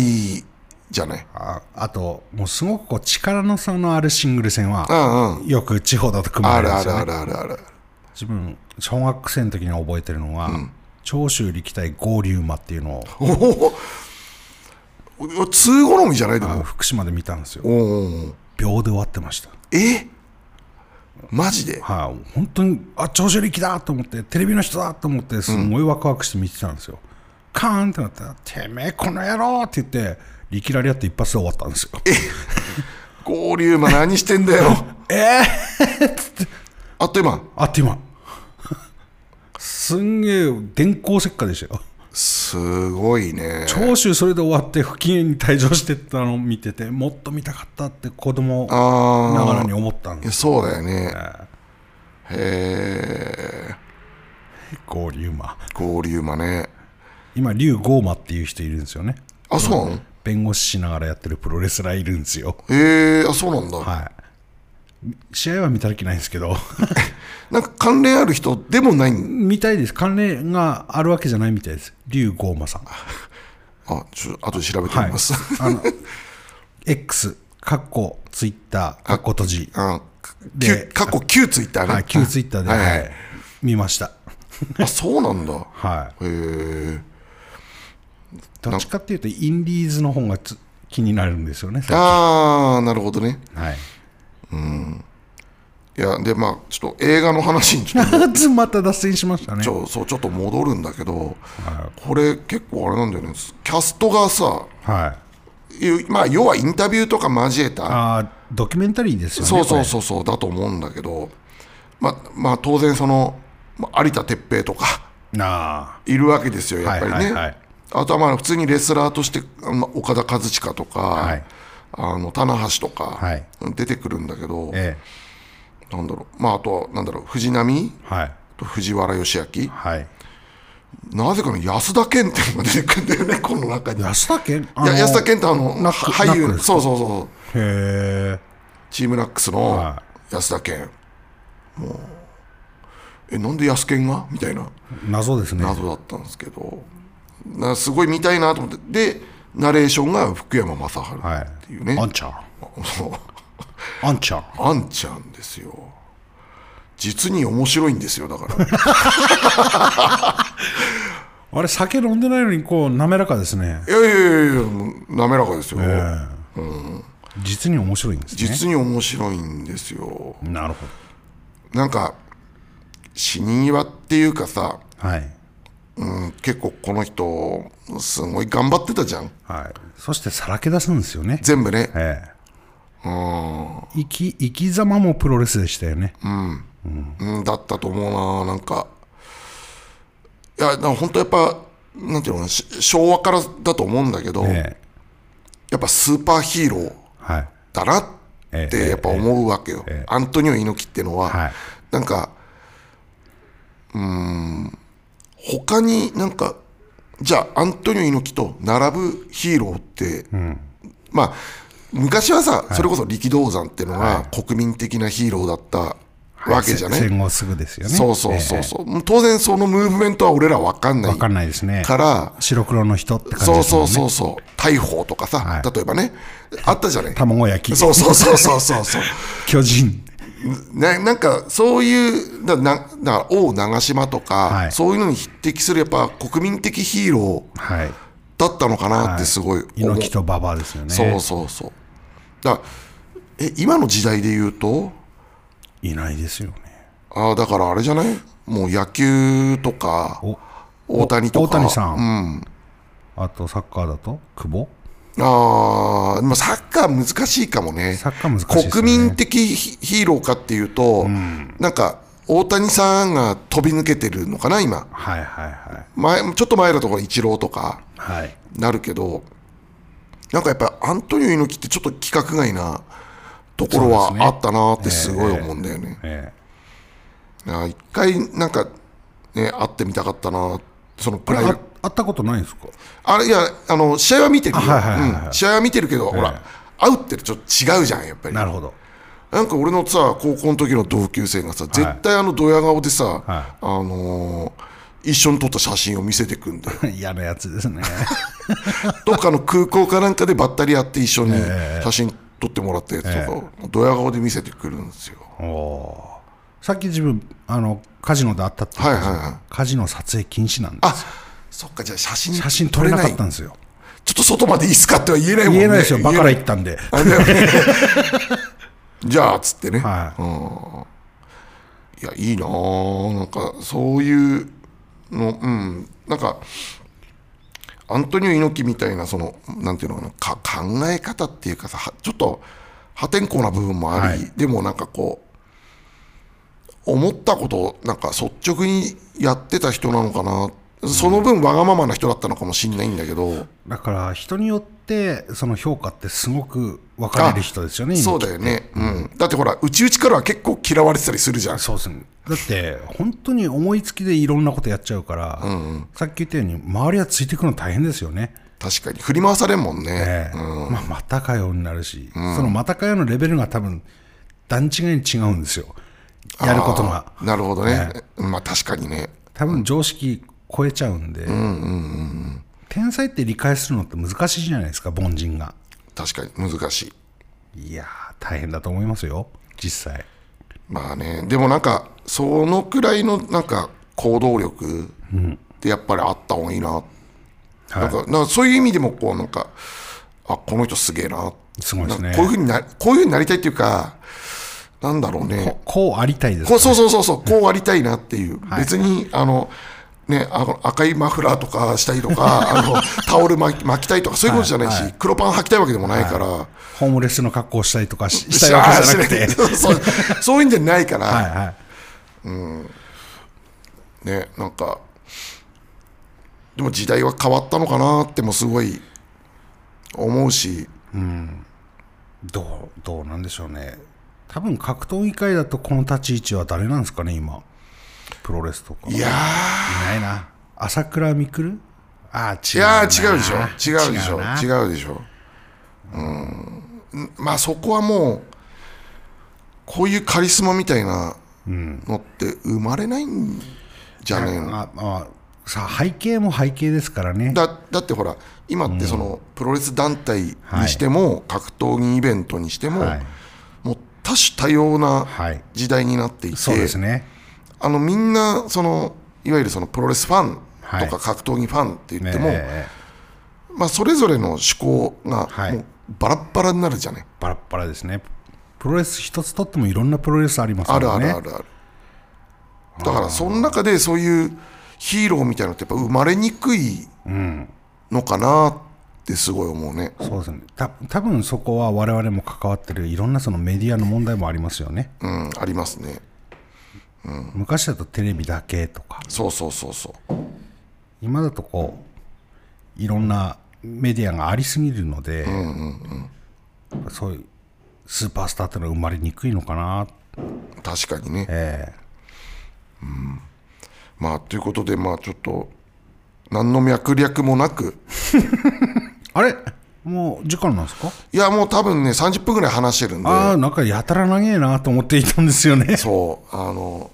Speaker 1: じゃない。
Speaker 2: ああともうすごくこう力の差のあるシングル戦
Speaker 1: う
Speaker 2: は
Speaker 1: んうん
Speaker 2: よく地方だと組
Speaker 1: あ
Speaker 2: まれ
Speaker 1: る
Speaker 2: るんで
Speaker 1: あ
Speaker 2: す
Speaker 1: る
Speaker 2: よね
Speaker 1: あるあるある。
Speaker 2: 自分小学生の時に覚えてるのは、長州力対合龍馬っていうのを
Speaker 1: おお通好みじゃないでも。
Speaker 2: 福島で見たんですよ
Speaker 1: おお。
Speaker 2: 秒で終わってました
Speaker 1: えマジで
Speaker 2: はい、本当にあ長州力だと思ってテレビの人だと思ってすごいワクワクして見てたんですよ、カーンってなったら「てめえこの野郎!」って言って力ラリアって一発で終わったんですよ
Speaker 1: 合流馬何してんだ よ。ええあっと今、
Speaker 2: あっという間すんげえ電光石火でしたよ
Speaker 1: すごいね。
Speaker 2: 長州それで終わって不機嫌に退場してったのを見ててもっと見たかったって子供な
Speaker 1: あ
Speaker 2: がらに思ったん
Speaker 1: あ。
Speaker 2: です
Speaker 1: そうだよね。へえ。
Speaker 2: 合龍馬
Speaker 1: 合流馬ね。
Speaker 2: 今龍剛馬っていう人いるんですよね
Speaker 1: あ、そうなの
Speaker 2: 弁護士しながらやってるプロレスラーいるんですよ
Speaker 1: へえ、あ、そうなんだ。
Speaker 2: はい試合は見たらきないんですけど
Speaker 1: なんか関連ある人でもないん
Speaker 2: 見たいです関連があるわけじゃないみたいです龍剛馬さん
Speaker 1: あ、ちょっと後で調べて
Speaker 2: は
Speaker 1: み
Speaker 2: い
Speaker 1: ます。
Speaker 2: あの X カッコツイッターカッコ閉じ
Speaker 1: あ、
Speaker 2: で
Speaker 1: 旧過去旧ツイッターね。
Speaker 2: はい旧ツイッターで、
Speaker 1: はいはい
Speaker 2: はい見ました
Speaker 1: あ、そうなんだ。
Speaker 2: はい
Speaker 1: へえ。
Speaker 2: どっちかっていうとインディーズの方がつ気になるんですよね最
Speaker 1: ああ、なるほどね。
Speaker 2: 近はい
Speaker 1: いや、で、まあ、ちょっと映画の話にちょっと、
Speaker 2: また脱線しましたね
Speaker 1: ちょ そうちょっと戻るんだけど、これ、結構あれなんだよね、キャストがさ、
Speaker 2: はい
Speaker 1: いうまあ、要はインタビューとか交えた、
Speaker 2: あードキュメンタリーですよね
Speaker 1: そうそう
Speaker 2: う
Speaker 1: そうそうだと思うんだけど、まあ、まあ、当然、その、まあ有田哲平とか、
Speaker 2: あ
Speaker 1: いるわけですよ、
Speaker 2: あ
Speaker 1: や
Speaker 2: は
Speaker 1: っ
Speaker 2: い
Speaker 1: ぱりね。
Speaker 2: はいはい
Speaker 1: あとはまあ普通にレスラーとして、あの岡田和親とか、
Speaker 2: い
Speaker 1: あの棚橋とか
Speaker 2: はい
Speaker 1: 出てくるんだけど、
Speaker 2: え
Speaker 1: なんだろう、まあ、あとはなんだろう、藤波
Speaker 2: えはい
Speaker 1: と藤原義明、
Speaker 2: はい
Speaker 1: なぜかね、安田健っていうのが出てくるんだよね、この中に。い
Speaker 2: 安田健あ
Speaker 1: や安田
Speaker 2: 健
Speaker 1: 健ってあの、
Speaker 2: ナック
Speaker 1: 俳優
Speaker 2: ナック、ですか
Speaker 1: そうそうそう、
Speaker 2: へえ
Speaker 1: チームナックスの
Speaker 2: は
Speaker 1: 安田健。もうえ、なんで安健がみたいな
Speaker 2: 謎ですね
Speaker 1: 謎だったんですけど、なすごい見たいなと思って、で、ナレーションが福山雅治
Speaker 2: はい
Speaker 1: っていうね、
Speaker 2: あんちゃん
Speaker 1: そう
Speaker 2: あんちゃん
Speaker 1: あんちゃんですよ。実に面白いんですよ、だから。
Speaker 2: あれ酒飲んでないのにこう滑らかですね
Speaker 1: いやいやいやいや、もう滑らかですよ。
Speaker 2: 実に面白いんですね
Speaker 1: 実に面白いんですよ。
Speaker 2: なるほ
Speaker 1: なんか、死に際っていうかさ、
Speaker 2: どはい
Speaker 1: うん、結構この人、すごい頑張ってたじゃん。
Speaker 2: はいそしてさらけ出すんですよね
Speaker 1: 全部ね。
Speaker 2: ええ生き生き様もプロレスでしたよね
Speaker 1: うん、だったと思うな、なんか。いや、なんか本当やっぱ、なんていうのかな、し昭和からだと思うんだけど、
Speaker 2: ええ
Speaker 1: やっぱスーパーヒーロー
Speaker 2: はい
Speaker 1: だなっって、やっぱ思うわけよ、
Speaker 2: ええええ
Speaker 1: アントニオ猪木ってのは、
Speaker 2: はい
Speaker 1: なんか、うーん、他になんか、じゃあ、アントニオ猪木と並ぶヒーローって、まあ、昔はさ、それこそ力道山ってのが国民的なヒーローだったわけじゃね、
Speaker 2: せ戦後すぐですよね。
Speaker 1: そうそうそうそう、もう当然そのムーブメントは俺ら分かん
Speaker 2: ええ
Speaker 1: な
Speaker 2: わかん
Speaker 1: い
Speaker 2: ないですね。
Speaker 1: から、
Speaker 2: 白黒の人って感じ
Speaker 1: そう
Speaker 2: です
Speaker 1: そ
Speaker 2: もん
Speaker 1: う
Speaker 2: ね。
Speaker 1: そうそう、大砲とかさ、
Speaker 2: はい
Speaker 1: 例えばね、あったじゃない。
Speaker 2: 卵焼き、
Speaker 1: そうそうそうそうそう そう。
Speaker 2: 巨人。
Speaker 1: ななんかそういう、だなだから王長島とか、
Speaker 2: はい
Speaker 1: そういうのに匹敵するやっぱ国民的ヒーロー
Speaker 2: はい。
Speaker 1: だったのかなってすごい思う、
Speaker 2: 猪木と馬場ですよね。
Speaker 1: そうそうそう。だからえ今の時代で言うと、
Speaker 2: いないですよね。
Speaker 1: あーだからあれじゃないもう野球とか、
Speaker 2: お
Speaker 1: 大谷とか。
Speaker 2: 大谷さん
Speaker 1: うん。
Speaker 2: あとサッカーだと久保
Speaker 1: ああ、でもサッカー難しいかもね。
Speaker 2: サッカー難しいですね
Speaker 1: 国民的ヒヒーローかっていうと、なんか、大谷さんが飛び抜けてるのかな、今。
Speaker 2: はいはいはい。
Speaker 1: 前、ちょっと前だところ、イチローとか、
Speaker 2: はい。
Speaker 1: なるけど、なんかやっぱりアントニオ猪木ってちょっと規格外なところは
Speaker 2: そうですね
Speaker 1: あったなってすごい思うんだよね。
Speaker 2: え
Speaker 1: あー一回、なんか、ね、会ってみたかったなそのプ
Speaker 2: え
Speaker 1: ライ
Speaker 2: あ
Speaker 1: ド。
Speaker 2: 会ったことないんですか
Speaker 1: あれ、いや、あの、試合は見てるよ。
Speaker 2: あはいはいはいはい
Speaker 1: うん試合は見てるけど、ほら、会うってちょっと違うじゃん、やっぱり。
Speaker 2: なるほど。
Speaker 1: なんか俺のさ、高校の時の同級生がさ、絶対あのドヤ顔でさ、あのー一緒に撮った写真を見せてくんだよ。
Speaker 2: 嫌なやつですね。
Speaker 1: どっかの空港かなんかでばったり会って一緒に写真撮ってもらったやつとかを、ドヤ顔で見せてくるんですよ。
Speaker 2: お おー。さっき自分、あの、カジノで会ったって言ったじゃん
Speaker 1: はいはいはい
Speaker 2: カジノ撮影禁止なんで
Speaker 1: あ
Speaker 2: す。
Speaker 1: そっか、じゃあ写真
Speaker 2: 写真撮れなかったん
Speaker 1: い。
Speaker 2: ですよ。
Speaker 1: ちょっと外までいいっすかっては言えないもんね。
Speaker 2: 言えないですよ。バカ
Speaker 1: 言
Speaker 2: ら
Speaker 1: え
Speaker 2: 行ったんで。
Speaker 1: ない。 あだよねじゃあ、つってね。
Speaker 2: はい。
Speaker 1: いや、いいなぁ。なんか、そういうの、うん。なんか、アントニオ猪木みたいな、その、なんていうのかな、か考え方っていうかさ、はちょっと破天荒な部分もあり、
Speaker 2: はい
Speaker 1: でもなんかこう、思ったことをなんか率直にやってた人なのかな。その分わがままな人だったのかもしれないんだけど、
Speaker 2: だから人によってその評価ってすごく分かれる人ですよね。
Speaker 1: そう
Speaker 2: だ
Speaker 1: だよね。うん。だってほら、うちうちからは結構嫌われてたりするじゃん。
Speaker 2: そうですね。だって本当に思いつきでいろんなことやっちゃうから、さっき言ったように周りはついてくの大変ですよね。
Speaker 1: 確かに。振り回されんもんね。
Speaker 2: ええまあ、またかよになるし、そのまたかよのレベルが多分段違いに違うんですよ。やることが
Speaker 1: あーなるほどね、まあ確かにね
Speaker 2: 多分常識超えちゃうんで、天才って理解するのって難しいじゃないですか凡人が。
Speaker 1: 確かに難しい
Speaker 2: いやー大変だと思いますよ実際。
Speaker 1: まあねでもなんかそのくらいのなんか行動力ってやっぱりあった方がいいな,、
Speaker 2: はい
Speaker 1: なんかなんかそういう意味でもこうなんかあこの人すげえな
Speaker 2: すごいですね
Speaker 1: なんかこういうふうになこういうふうになりたいっていうかなんだろうね
Speaker 2: こうありたいです
Speaker 1: こうそうそうそうそう、こうありたいなっていう、別にあの、ね、あの赤いマフラーとかしたいと か、あのタオル巻き巻きたいとか、そういうことじゃないし、黒パン履きたいわけでもないから、
Speaker 2: ホームレスの格好をしたりとかし したいわけじゃなくて。
Speaker 1: そう そういうんじゃないから、
Speaker 2: はいはい。
Speaker 1: ね、なんか、でも時代は変わったのかなってもすごい思うし、
Speaker 2: どう、どうなんでしょうね。多分格闘技界だとこの立ち位置は誰なんですかね、今。プロレスとか。い
Speaker 1: いや
Speaker 2: ないな。朝倉未来ああ、違。
Speaker 1: ー、いうやー違うでしょ、違うでしょ、
Speaker 2: な
Speaker 1: 違うでしょ、うん、まあそこはもう、こういうカリスマみたいなのって生まれないんじゃないの
Speaker 2: まあ、まあ、さあ、背景も背景ですからね。
Speaker 1: だだってほら今ってそのプロレス団体にしても、格闘技イベントにしても、
Speaker 2: はい
Speaker 1: もう多種多様な
Speaker 2: はい
Speaker 1: 時代になっていて、
Speaker 2: そうですね。
Speaker 1: あのみんなそのいわゆるそのプロレスファン
Speaker 2: はい
Speaker 1: とか格闘技ファンって言っても、
Speaker 2: ええ
Speaker 1: まあ、それぞれの趣向が
Speaker 2: はい
Speaker 1: もうバラッバラになるじゃない、
Speaker 2: バラッバラですね。プロレス一つとってもいろんなプロレスありますか
Speaker 1: ある
Speaker 2: ら
Speaker 1: あ
Speaker 2: ね。
Speaker 1: るあるあるだからその中でそういうヒーローみたいなのってやっぱ生まれにくいのかなってすごい思うね、
Speaker 2: そうですね。た多分そこは我々も関わってるいろんなそのメディアの問題もありますよね。
Speaker 1: うん、ありますね
Speaker 2: 昔だとテレビだけとか
Speaker 1: そうそうそうそう
Speaker 2: 今だとこういろんなメディアがありすぎるので、そういうスーパースターってのは生まれにくいのかな、
Speaker 1: 確かにね、
Speaker 2: え
Speaker 1: まあということでまあちょっと何の脈略もなく
Speaker 2: えあれもう時間なんですか
Speaker 1: いやもう多分ね30分ぐらい話してるんで
Speaker 2: ああ、なんかやたら長えなと思っていたんですよね。
Speaker 1: そうあの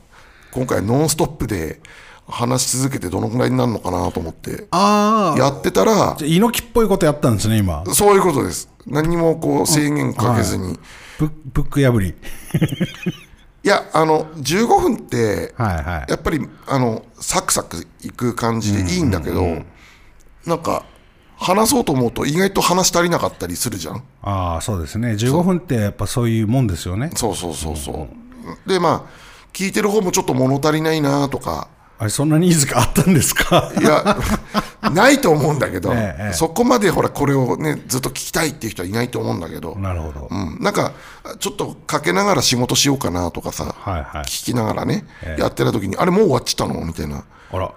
Speaker 1: 今回「ノンストップ!」で話し続けてどのぐらいになるのかなと思って
Speaker 2: ああ、
Speaker 1: やってたら
Speaker 2: じゃあ 猪木っぽいことやったんですね、今。
Speaker 1: そういうことです何もこう制限かけずに、い、
Speaker 2: ブブック破り。
Speaker 1: やあの15分って
Speaker 2: はいはい。
Speaker 1: やっぱりあのサクサクいく感じでいいんだけど、なんか話そうと思うと意外と話足りなかったりするじゃん
Speaker 2: ああ、そうですね。15分ってやっぱそういうもんですよね。
Speaker 1: そうそうそうそう、でまあ聞いてる方もちょっと物足りないなとか
Speaker 2: あれ、そんなニーズがあったんですか
Speaker 1: いや ないと思うんだけど、
Speaker 2: ええええ
Speaker 1: そこまでほらこれをねずっと聞きたいっていう人はいないと思うんだけど、
Speaker 2: なるほど。
Speaker 1: うん、なんかちょっとかけながら仕事しようかなとかさ
Speaker 2: はいはい。
Speaker 1: 聞きながらね、やってた時にあれもう終わっちゃったのみたいな
Speaker 2: あら。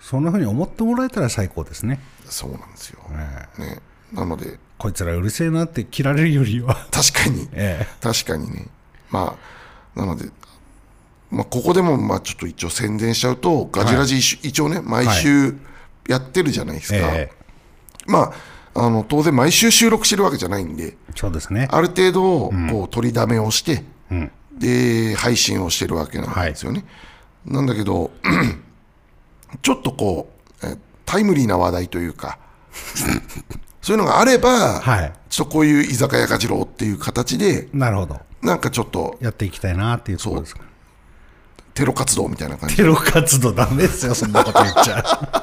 Speaker 2: そんなふうに思ってもらえたら最高ですね。
Speaker 1: そうなんですよ、ね、なので
Speaker 2: こいつらうるせえなって切られるよりは。
Speaker 1: 確かに、
Speaker 2: え
Speaker 1: 確かにねまあなので、まあ、ここでもまあちょっと一応宣伝しちゃうとガジラジ一,、応ね毎週やってるじゃないです
Speaker 2: え。
Speaker 1: か、
Speaker 2: え
Speaker 1: まああの当然毎週収録してるわけじゃないんで
Speaker 2: え。そうですね。
Speaker 1: ある程度こう取りだめをして、で配信をしてるわけなんですよね、なんだけど ちょっとこうえタイムリーな話題という かそういうのがあれば、
Speaker 2: はい
Speaker 1: ちょっとこういう居酒屋がじろうっていう形で
Speaker 2: なるほど。
Speaker 1: なんかちょっと
Speaker 2: やっていきたいなっていうところですか。
Speaker 1: テロ活動みたいな感じ
Speaker 2: テロ活動ダメですよ、そんなこと言っち ゃ。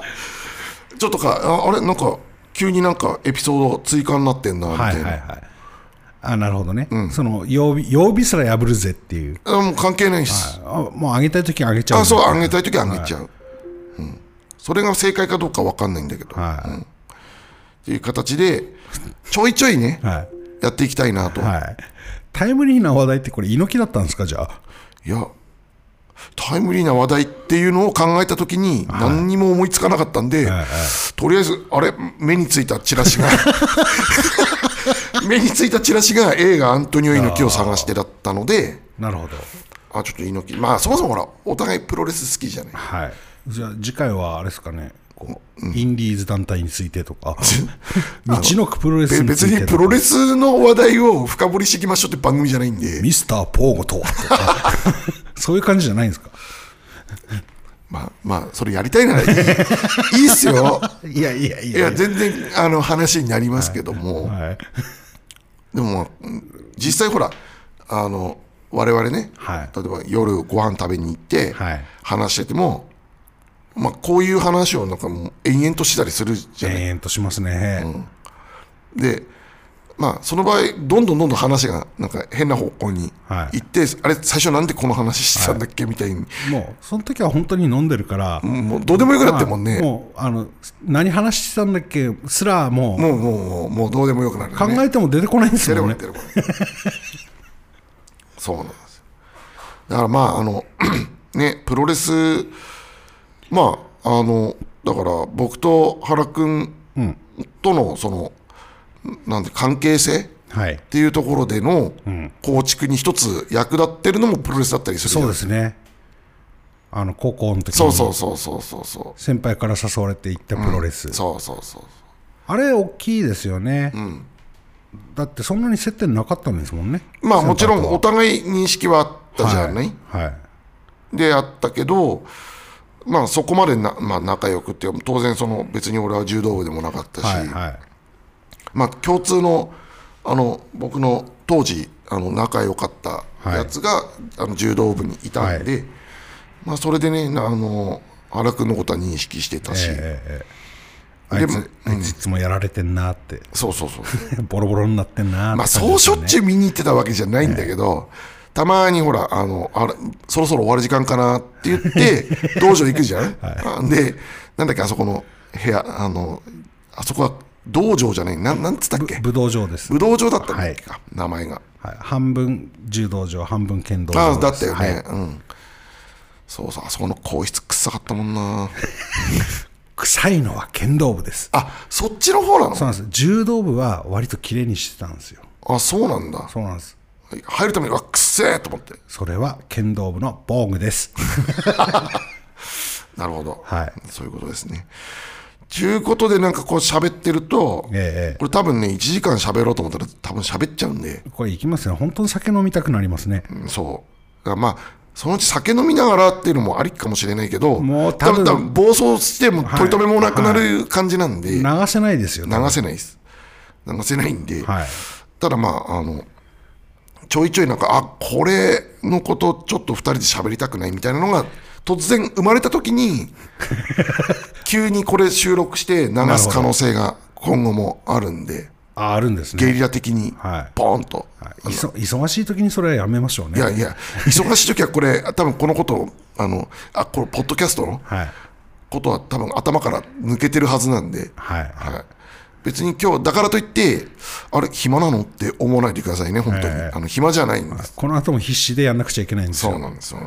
Speaker 1: ちょっとかああれなんか急になんかエピソード追加になってんなみ
Speaker 2: は
Speaker 1: たい
Speaker 2: い
Speaker 1: な、
Speaker 2: はいはい。あなるほどね、その曜日曜日すら破るぜっていう、
Speaker 1: あもう関係ないっす、
Speaker 2: あもう上げたいとき上げちゃう
Speaker 1: あそう
Speaker 2: は
Speaker 1: あげたい時はあげちゃう、うん、それが正解かどうかわかんないんだけど、
Speaker 2: い、
Speaker 1: っていう形で、ちょいちょいね、
Speaker 2: は
Speaker 1: やっていきたいなと。
Speaker 2: い、はい、タイムリーな話題って、これ、猪木だったんですか、じゃあ、
Speaker 1: い、や、タイムリーな話題っていうのを考えたときに、何にも思いつかなかったんで、とりあえず、あれ、目についたチラシ が、目についたチラシが映画アントニオ猪木を探してだったので、
Speaker 2: なるほど、
Speaker 1: あ、ちょっと猪木、まあ、そもそもほら、お互いプロレス好きじゃない。
Speaker 2: はい、じゃあ、次回はあれですかね、こうインディーズ団体についてと か、道のくプロレス
Speaker 1: べ
Speaker 2: につ
Speaker 1: 別
Speaker 2: いて
Speaker 1: にプ
Speaker 2: と
Speaker 1: ロ
Speaker 2: か、
Speaker 1: レスの話題を深掘りしていきましょうって番組じゃないんで、
Speaker 2: ミスター・ポーゴと はとか、そういう感じじゃないんですか。
Speaker 1: まあ、まあ、それやりたい ならいいいいっすよ。
Speaker 2: いやいやい
Speaker 1: いや、全然、あの、話になりますけども、
Speaker 2: はい、
Speaker 1: でも、うん実際ほら、あの、我々ね、
Speaker 2: はい
Speaker 1: 例えば夜ご飯食べに行って、
Speaker 2: はい
Speaker 1: 話してても、まあ、こういう話をなんかもう延々としたりするじゃない。
Speaker 2: 延々としますね、
Speaker 1: で、まあ、その場合、どんどんどんどん話が、なんか変な方向に
Speaker 2: はい
Speaker 1: 行って、あれ、最初なんでこの話してたんだっけ、みたいに、
Speaker 2: もうその時は本当に飲んでるから、
Speaker 1: もうどうでもよくなってもんね、
Speaker 2: まあ
Speaker 1: も
Speaker 2: もうあの何話してたんだっけすらもう
Speaker 1: う、もう、もう、もうどうでもよくなる、ね。
Speaker 2: 考えても出てこないんです
Speaker 1: 出る
Speaker 2: も
Speaker 1: わ
Speaker 2: ん
Speaker 1: ね
Speaker 2: ね
Speaker 1: 出。るわね そうなんですよだからまああの ねプロレスまああのだから僕と原君とのその、なんて関係性
Speaker 2: はい
Speaker 1: っ、ていうところでの構築に一つ役立ってるのもプロレスだったりするじゃ
Speaker 2: そ
Speaker 1: な
Speaker 2: う
Speaker 1: い
Speaker 2: ですね。あの高校の時
Speaker 1: そうそ
Speaker 2: に
Speaker 1: うそうそうそうそう
Speaker 2: 先輩から誘われて行ったプロレス、
Speaker 1: そうそうそう
Speaker 2: あれ大きいですよね、だってそんなに接点なかったんですもんね。
Speaker 1: まあもちろん
Speaker 2: 先輩
Speaker 1: お
Speaker 2: と
Speaker 1: 互い認識はあったじゃない、
Speaker 2: ははい
Speaker 1: であったけど、まあ、そこまでな、まあ、仲良くっていう当然その別に俺は柔道部でもなかったし、
Speaker 2: はいはい
Speaker 1: まあ、共通のあの僕の当時あの仲良かったやつが、あの柔道部にいたんで、まあ、それでねなあの原君のことは認識してたし、
Speaker 2: ええあ
Speaker 1: で
Speaker 2: いつ
Speaker 1: も
Speaker 2: あいついつもやられてんなって、
Speaker 1: そうそうそう
Speaker 2: ボロボロになってんなって
Speaker 1: まあそうしょっちゅ
Speaker 2: う
Speaker 1: う見に行ってたわけじゃないんだけ ど、たまにほらあのあれそろそろ終わる時間かなって言って 道場行くじゃん、あでなんだっけあそこの部屋あのあそこは道場じゃないなんなんつったっけ
Speaker 2: 武道場です、
Speaker 1: 武道場だったんだっけか、名前が
Speaker 2: はい、半分柔道場半分剣道
Speaker 1: あ
Speaker 2: 場
Speaker 1: あだっ
Speaker 2: です
Speaker 1: たよね、
Speaker 2: はい
Speaker 1: うんそうそうあそこの皇室臭かったもんな
Speaker 2: 臭いのは剣道部です
Speaker 1: あそっちの方なの
Speaker 2: そうなんです柔道部は割と綺麗にしてたんですよ
Speaker 1: あそうなんだ
Speaker 2: そうなんです
Speaker 1: 入るためにはくっせえと思って
Speaker 2: それは剣道部の防具です
Speaker 1: なるほど、
Speaker 2: はい
Speaker 1: そういうことですねちゅうことでなんかこう喋ってると、
Speaker 2: ええ
Speaker 1: これ多分ね1時間喋ろうと思ったら多分喋っちゃうんで、
Speaker 2: これいきますね本当に酒飲みたくなりますね
Speaker 1: うんそうだからまあそのうち酒飲みながらっていうのもありかもしれないけど
Speaker 2: もう多分
Speaker 1: 暴走しても取り留めもなくなる感じなんで、
Speaker 2: 流せないですよ
Speaker 1: 流せないです流せないんで、
Speaker 2: はい
Speaker 1: ただまああのちょいちょいなんかあこれのことちょっと2人で喋りたくないみたいなのが突然生まれた時 に急にこれ収録して流す可能性が今後もあるんで
Speaker 2: ああるんです
Speaker 1: ゲ
Speaker 2: ね
Speaker 1: リラ的に
Speaker 2: はい
Speaker 1: ポーンと、
Speaker 2: いそ忙しい時にそれはやめましょうね
Speaker 1: いやいや忙しい時はこれ多分このことあのあこれポッドキャストの
Speaker 2: はい
Speaker 1: ことは多分頭から抜けてるはずなんで、
Speaker 2: はい
Speaker 1: はい、別に今日だからといってあれ暇なのって思わないでくださいね本当に、
Speaker 2: ええ
Speaker 1: あの暇じゃないんです
Speaker 2: この後も必死でやんなくちゃいけないんですよ
Speaker 1: そう なんですよ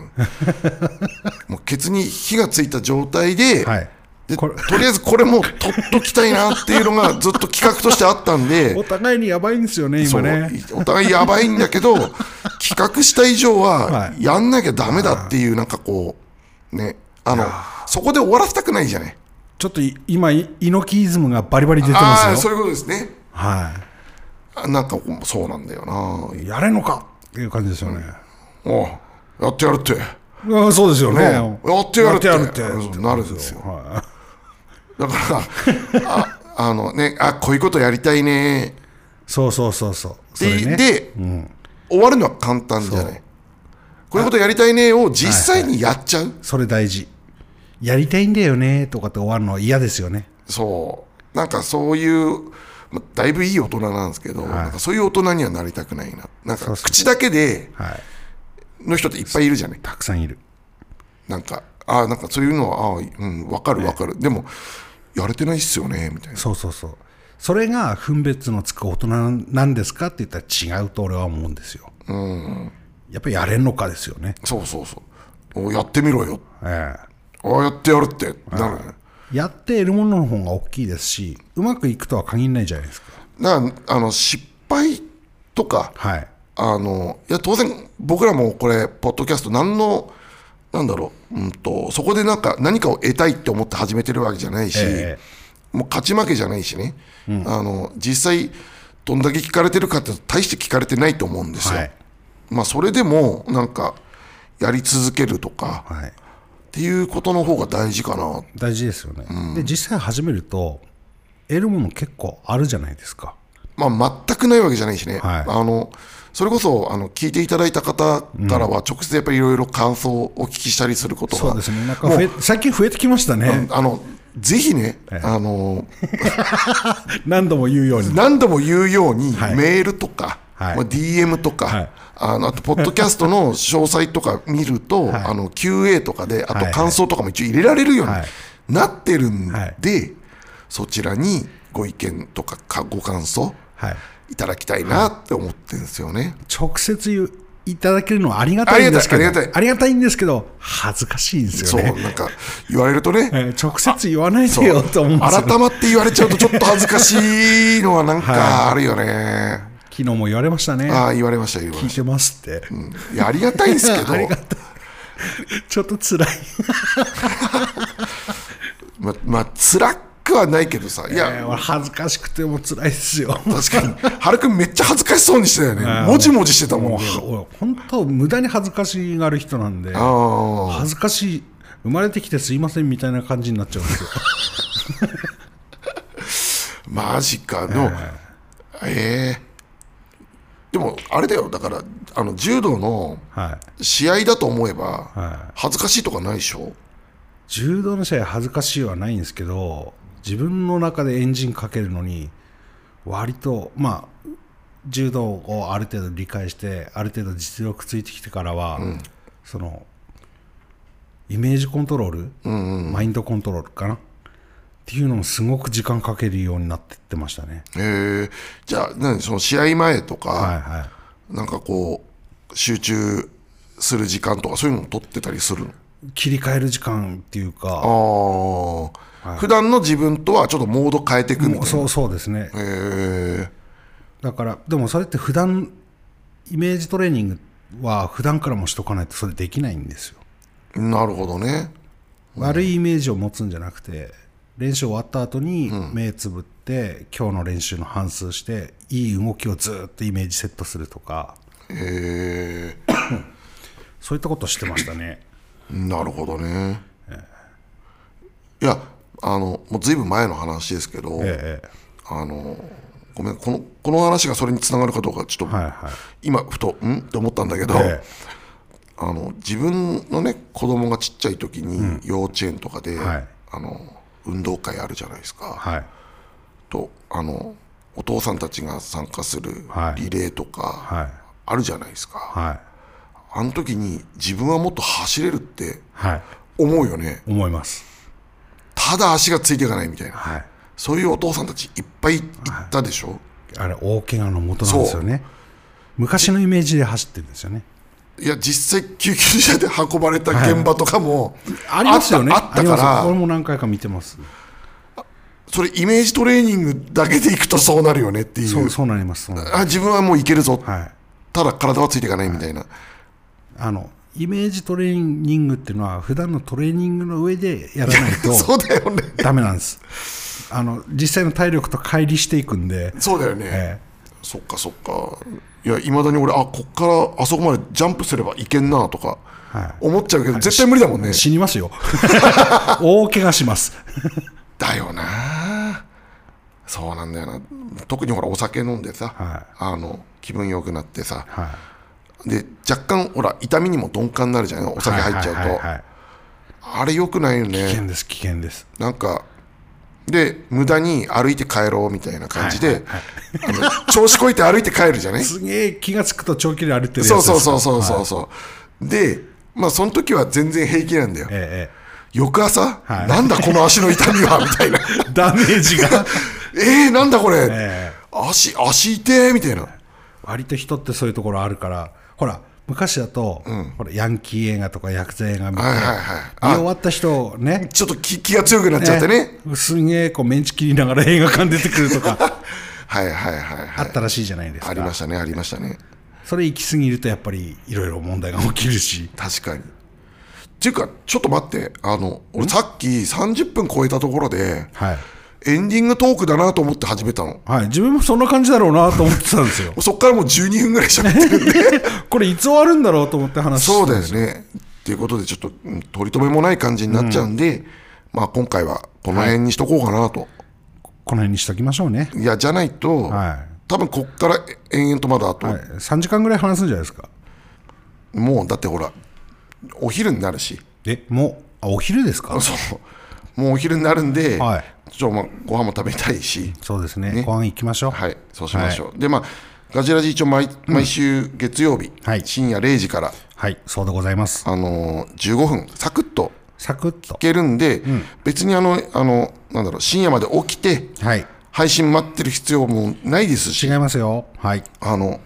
Speaker 1: もうケツに火がついた状態で,、
Speaker 2: はい
Speaker 1: で
Speaker 2: これ
Speaker 1: とりあえずこれもう取っときたいなっていうのがずっと企画としてあったんで
Speaker 2: お互いにやばいんですよね
Speaker 1: そ
Speaker 2: 今
Speaker 1: う
Speaker 2: ね
Speaker 1: お互いやばいんだけど 企画した以上は
Speaker 2: はい
Speaker 1: やんなきゃダメだっていうなんかこうねあのそこで終わらせたくないじゃない
Speaker 2: ちょっとい今い猪木イズムがバリバリ出て
Speaker 1: ああ
Speaker 2: ま
Speaker 1: ー
Speaker 2: す
Speaker 1: そう
Speaker 2: よ
Speaker 1: いうことですね
Speaker 2: は
Speaker 1: あなんかそうなんだよない
Speaker 2: やれんのかっていう感じですよね、
Speaker 1: おうやってやるって
Speaker 2: うん、そうですよね
Speaker 1: うんやってやるって
Speaker 2: やってやるって
Speaker 1: うんなるんですよ
Speaker 2: は
Speaker 1: だからあ あのねあこういうことやりたいね
Speaker 2: い、そうそうそうそうそ
Speaker 1: で
Speaker 2: れね
Speaker 1: で終わるのは簡単じゃないこういうことやりたいねを実際にやっちゃう、
Speaker 2: それ大事やりたいんだよねとかって終わるのは嫌ですよね
Speaker 1: そうなんかそういうまだいぶいい大人なんですけど、なんかそういう大人にはなりたくないななん
Speaker 2: そ
Speaker 1: か
Speaker 2: うそう
Speaker 1: 口だけで
Speaker 2: はい
Speaker 1: の人っていっぱいいるじゃない
Speaker 2: たくさんいる
Speaker 1: なんかああんかそういうのはあーうんわかるわかる、でもやれてないっすよねみたいな
Speaker 2: そうそうそうそれが分別のつく大人なんですかって言ったら違うと俺は思うんですよやっぱりやれんのかですよね
Speaker 1: そうそうそうおやってみろよ
Speaker 2: ええ
Speaker 1: ああやってやるってなるね
Speaker 2: やって得るものの方が大きいですしうまくいくとは限らないじゃないですか
Speaker 1: だからあの失敗とか
Speaker 2: はい
Speaker 1: あのいや当然僕らもこれポッドキャスト何のなんだろう、うん、とそこでなんか何かを得たいって思って始めてるわけじゃないし、
Speaker 2: え
Speaker 1: もう勝ち負けじゃないしね、あの実際どんだけ聞かれてるかって大して聞かれてないと思うんですよ、
Speaker 2: はい
Speaker 1: まあそれでもなんかやり続けるとか
Speaker 2: はい
Speaker 1: っていうことの方が大事かな
Speaker 2: 大事ですよね、で実際始めると得るもの結構あるじゃないですか
Speaker 1: まあ、全くないわけじゃないしね、
Speaker 2: はい
Speaker 1: あのそれこそあの聞いていただいた方からは、直接やっぱりいろいろ感想をお聞きしたりすることが、
Speaker 2: そうですねなんか
Speaker 1: も
Speaker 2: 増
Speaker 1: う
Speaker 2: え最近増えてきましたね
Speaker 1: あのぜひね、あの、
Speaker 2: 何度も言うように
Speaker 1: 何度も言うように、
Speaker 2: い
Speaker 1: メールとか、
Speaker 2: はい
Speaker 1: まあ、DM とか、
Speaker 2: はい
Speaker 1: あのあと、ポッドキャストの詳細とか見る と、あの QA とかで、あ
Speaker 2: はいは
Speaker 1: と
Speaker 2: い
Speaker 1: 感想とかも一応入れられるように
Speaker 2: はい
Speaker 1: なってるんで、
Speaker 2: はい
Speaker 1: そちらにご意見とかかご感想
Speaker 2: はい
Speaker 1: いただきたいなって思ってるんですよね。
Speaker 2: 直接言ういただけるのはありがたいんですけど
Speaker 1: ありがたいありがたい
Speaker 2: んですけど恥ずかしいんです
Speaker 1: そ
Speaker 2: よ
Speaker 1: う、
Speaker 2: ね、
Speaker 1: なんか言われると ね、
Speaker 2: えー直接言わない
Speaker 1: そ
Speaker 2: でよ
Speaker 1: う
Speaker 2: と思うんですよ
Speaker 1: 改まって言われちゃうと、ちょっと恥ずかしいのはなん かあるよね。
Speaker 2: 昨日も言われましたね
Speaker 1: ああ、言われました、言われ
Speaker 2: 聞
Speaker 1: ま
Speaker 2: い
Speaker 1: して
Speaker 2: ますって、
Speaker 1: た。いや、ありがたいんですけど
Speaker 2: あ、りがたいちょっと辛い
Speaker 1: ままあ、辛くはないけどさ、い
Speaker 2: えー
Speaker 1: や、
Speaker 2: 俺恥ずかしくても辛いですよ
Speaker 1: 確かに、はるくんめっちゃ恥ずかしそうにしてたよね。もじもじしてた
Speaker 2: も
Speaker 1: もん
Speaker 2: う
Speaker 1: ね。
Speaker 2: は俺本当無駄に恥ずかしがる人なんで
Speaker 1: ああ、
Speaker 2: 恥ずかしい生まれてきてすいませんみたいな感じになっちゃうん ですよ
Speaker 1: マジか。でも、ええでも、あれだよ、だから、あの、柔道の
Speaker 2: はい
Speaker 1: 試合だと思えば
Speaker 2: は、
Speaker 1: 恥ずかしいとかないでしょ
Speaker 2: 柔道の試合恥ずかしいはないんですけど自分の中でエンジンかけるのに割とまあ柔道をある程度理解してある程度実力ついてきてからは、そのイメージコントロール、マインドコントロールかなっていうのもすごく時間かけるようになってってましたね
Speaker 1: ええじゃあ、何その試合前とか、
Speaker 2: はいはい
Speaker 1: なんかこう、集中する時間とか、そういうのを取ってたりする
Speaker 2: 切り替える時間っていうか
Speaker 1: のああ、普段の自分とはちょっとモード変えていくみたい
Speaker 2: もう
Speaker 1: な。
Speaker 2: そうそうですね
Speaker 1: ええ
Speaker 2: だからでもそれって普段イメージトレーニングは普段からもしとかないとそれできないんですよ
Speaker 1: なるほどね
Speaker 2: 悪いイメージを持つんじゃなくて練習終わった後に目つぶって、今日の練習の反数していい動きをずっとイメージセットするとか
Speaker 1: へ
Speaker 2: そういったことしてましたね
Speaker 1: えなるほどねいやあのもうずいぶん前の話ですけど、
Speaker 2: ええ
Speaker 1: あのごめんこのこの話がそれにつながるかどうかちょっと、
Speaker 2: はいはい
Speaker 1: 今ふとんって思ったんだけど、
Speaker 2: え
Speaker 1: あの自分のね子供がちっちゃい時に幼稚園とかで、
Speaker 2: はい
Speaker 1: あの運動会あるじゃないですか、
Speaker 2: はい
Speaker 1: とあのお父さんたちが参加する
Speaker 2: はい
Speaker 1: リレーとか
Speaker 2: はい
Speaker 1: あるじゃないですか、
Speaker 2: はい
Speaker 1: あの時に自分はもっと走れるって
Speaker 2: はい
Speaker 1: 思うよね
Speaker 2: 思います
Speaker 1: ただ足がついていかないみたいな
Speaker 2: はい
Speaker 1: そういうお父さんたちいっぱいいったでしょ、
Speaker 2: あれ大怪我の元なんですよね昔のイメージで走ってるんですよね
Speaker 1: い、や実際救急車で運ばれた現場とかも、
Speaker 2: ありますよね
Speaker 1: あったあったか
Speaker 2: あります俺
Speaker 1: ら
Speaker 2: も何回か見てます
Speaker 1: それイメージトレーニングだけでいくとそうなるよねっていう
Speaker 2: そうそうなりますそうなりま
Speaker 1: あ自分はもういけるぞ、
Speaker 2: すはい
Speaker 1: ただ体はついていかないみたいな、
Speaker 2: あのイメージトレーニングっていうのは普段のトレーニングの上でやらない
Speaker 1: そ
Speaker 2: と
Speaker 1: うだよね
Speaker 2: ダメなんですあの実際の体力と乖離していくんで、
Speaker 1: そうだよね、
Speaker 2: え
Speaker 1: そっかそっかいやいまだに俺あこっからあそこまでジャンプすればいけんなとか
Speaker 2: は
Speaker 1: 思っちゃうけど、絶対無理だもんね
Speaker 2: え死にま すよ大怪我します
Speaker 1: だよなそうなんだよな特にほらお酒飲んでさ、
Speaker 2: は
Speaker 1: あの気分良くなってさ
Speaker 2: は
Speaker 1: で若干ほら痛みにも鈍感になるじゃないお
Speaker 2: い
Speaker 1: 酒入っちゃうと、
Speaker 2: はいはいはいはい
Speaker 1: あれ良くないよ
Speaker 2: 危
Speaker 1: ね
Speaker 2: 険です危険です
Speaker 1: なんかで無駄に歩いて帰ろうみたいな感じで、あの調子こいて歩いて帰るじゃない
Speaker 2: すげえ気がつくと長距離歩いてるやつ
Speaker 1: そうそう
Speaker 2: です
Speaker 1: そ
Speaker 2: か
Speaker 1: うそうそうそう、でまあその時は全然平気なんだよ
Speaker 2: え
Speaker 1: 翌朝、
Speaker 2: はい
Speaker 1: なんだこの足の痛みはみたい な
Speaker 2: えええダメージが、
Speaker 1: えー、なんだこれ、
Speaker 2: ええ
Speaker 1: 足足痛えみたいな
Speaker 2: 割と人ってそういうところあるからほら昔だと、ほらヤンキー映画とか薬剤映画見て、
Speaker 1: はいはいはい
Speaker 2: 見
Speaker 1: あ
Speaker 2: 終わった人をね
Speaker 1: ちょっと気気が強くなっちゃってね
Speaker 2: ねすげえこうメンチ切りながら映画館出てくるとか
Speaker 1: はいはいはい
Speaker 2: あ
Speaker 1: はい
Speaker 2: ったらしいじゃないですか
Speaker 1: ありましたねありましたね
Speaker 2: それ行き過ぎるとやっぱりいろいろ問題が起きるし
Speaker 1: 確かにっていうかちょっと待ってあの俺さっき30分超えたところで
Speaker 2: はい、
Speaker 1: エンディングトークだなと思って始めたの
Speaker 2: はい、自分もそんな感じだろうなと思ってた んですよ
Speaker 1: そっからもう12分ぐらい喋ってるんで
Speaker 2: これいつ終わるんだろうと思って話して
Speaker 1: そうですねっていうことでちょっとうん取り留めもない感じになっちゃうんで、まあ今回はこの辺にしとこうかなと、
Speaker 2: この辺にしときましょうね
Speaker 1: い、やじゃないと、
Speaker 2: は
Speaker 1: 多分こっから延々とまだあと、
Speaker 2: い、はい、3時間ぐらい話すんじゃないですか
Speaker 1: もうだってほらお昼になるし
Speaker 2: えもうあお昼ですか
Speaker 1: そうもうお昼になるんで、
Speaker 2: はい
Speaker 1: ちょっとまあご飯も食べたいし
Speaker 2: そうですねご飯行きましょう
Speaker 1: はいそうしましょう、でまあガジラジ一応毎毎週月曜日、
Speaker 2: はい
Speaker 1: 深夜0時から、
Speaker 2: はい、そうでございます。
Speaker 1: あのー15分サクッと
Speaker 2: サクッと
Speaker 1: い。けるんで、別にあのあのなんだろう深夜まで起きて
Speaker 2: はい。
Speaker 1: 配信待ってる必要もないですし
Speaker 2: 違いますよ。はい。
Speaker 1: あの、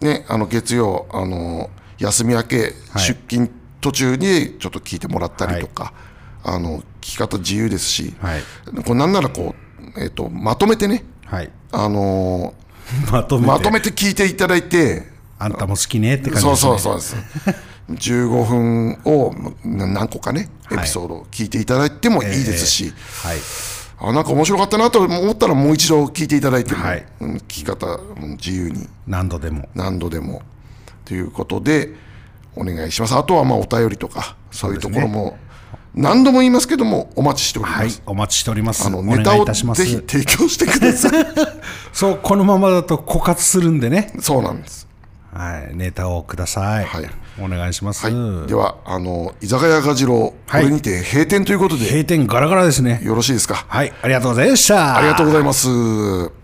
Speaker 1: ね、あの月曜、あの休み明け、出勤途中にちょっと聞いてもらったりとか、あの聞き方自由ですし、
Speaker 2: はい。
Speaker 1: こうなんならこう、えっとまとめてね、
Speaker 2: はい。
Speaker 1: あの
Speaker 2: まとめて。
Speaker 1: まとめて聞いていただいて、
Speaker 2: あんたも好きねって感じ
Speaker 1: そう
Speaker 2: です、ね。
Speaker 1: そうそう です。15分をな何個かね、エピソードを聞いていただいてもいいですし、
Speaker 2: はい。
Speaker 1: あなんか面白かったなと思ったら、もう一度聞いていただいても、
Speaker 2: はい
Speaker 1: うん聞き方、うん自由に
Speaker 2: 何度でも。
Speaker 1: 何度でもということでお願いしますあとはまあお便りとかそういうところも何度も言いますけどもお待ちしております、
Speaker 2: はい。お待ちしております。
Speaker 1: あの
Speaker 2: お
Speaker 1: ネタ
Speaker 2: 願いい
Speaker 1: を
Speaker 2: た
Speaker 1: ぜ
Speaker 2: します
Speaker 1: ひ。提供してください
Speaker 2: そう、このままだと枯渇するんでね。
Speaker 1: そうなんです、
Speaker 2: はい。ネタをください。
Speaker 1: はい。
Speaker 2: お願いします。
Speaker 1: はい、ではあの居酒屋ガジロウこ
Speaker 2: はい
Speaker 1: れにて閉店ということで、
Speaker 2: 閉店ガラガラですね。
Speaker 1: よろしいですか
Speaker 2: はい。ありがとうございました。
Speaker 1: ありがとうございます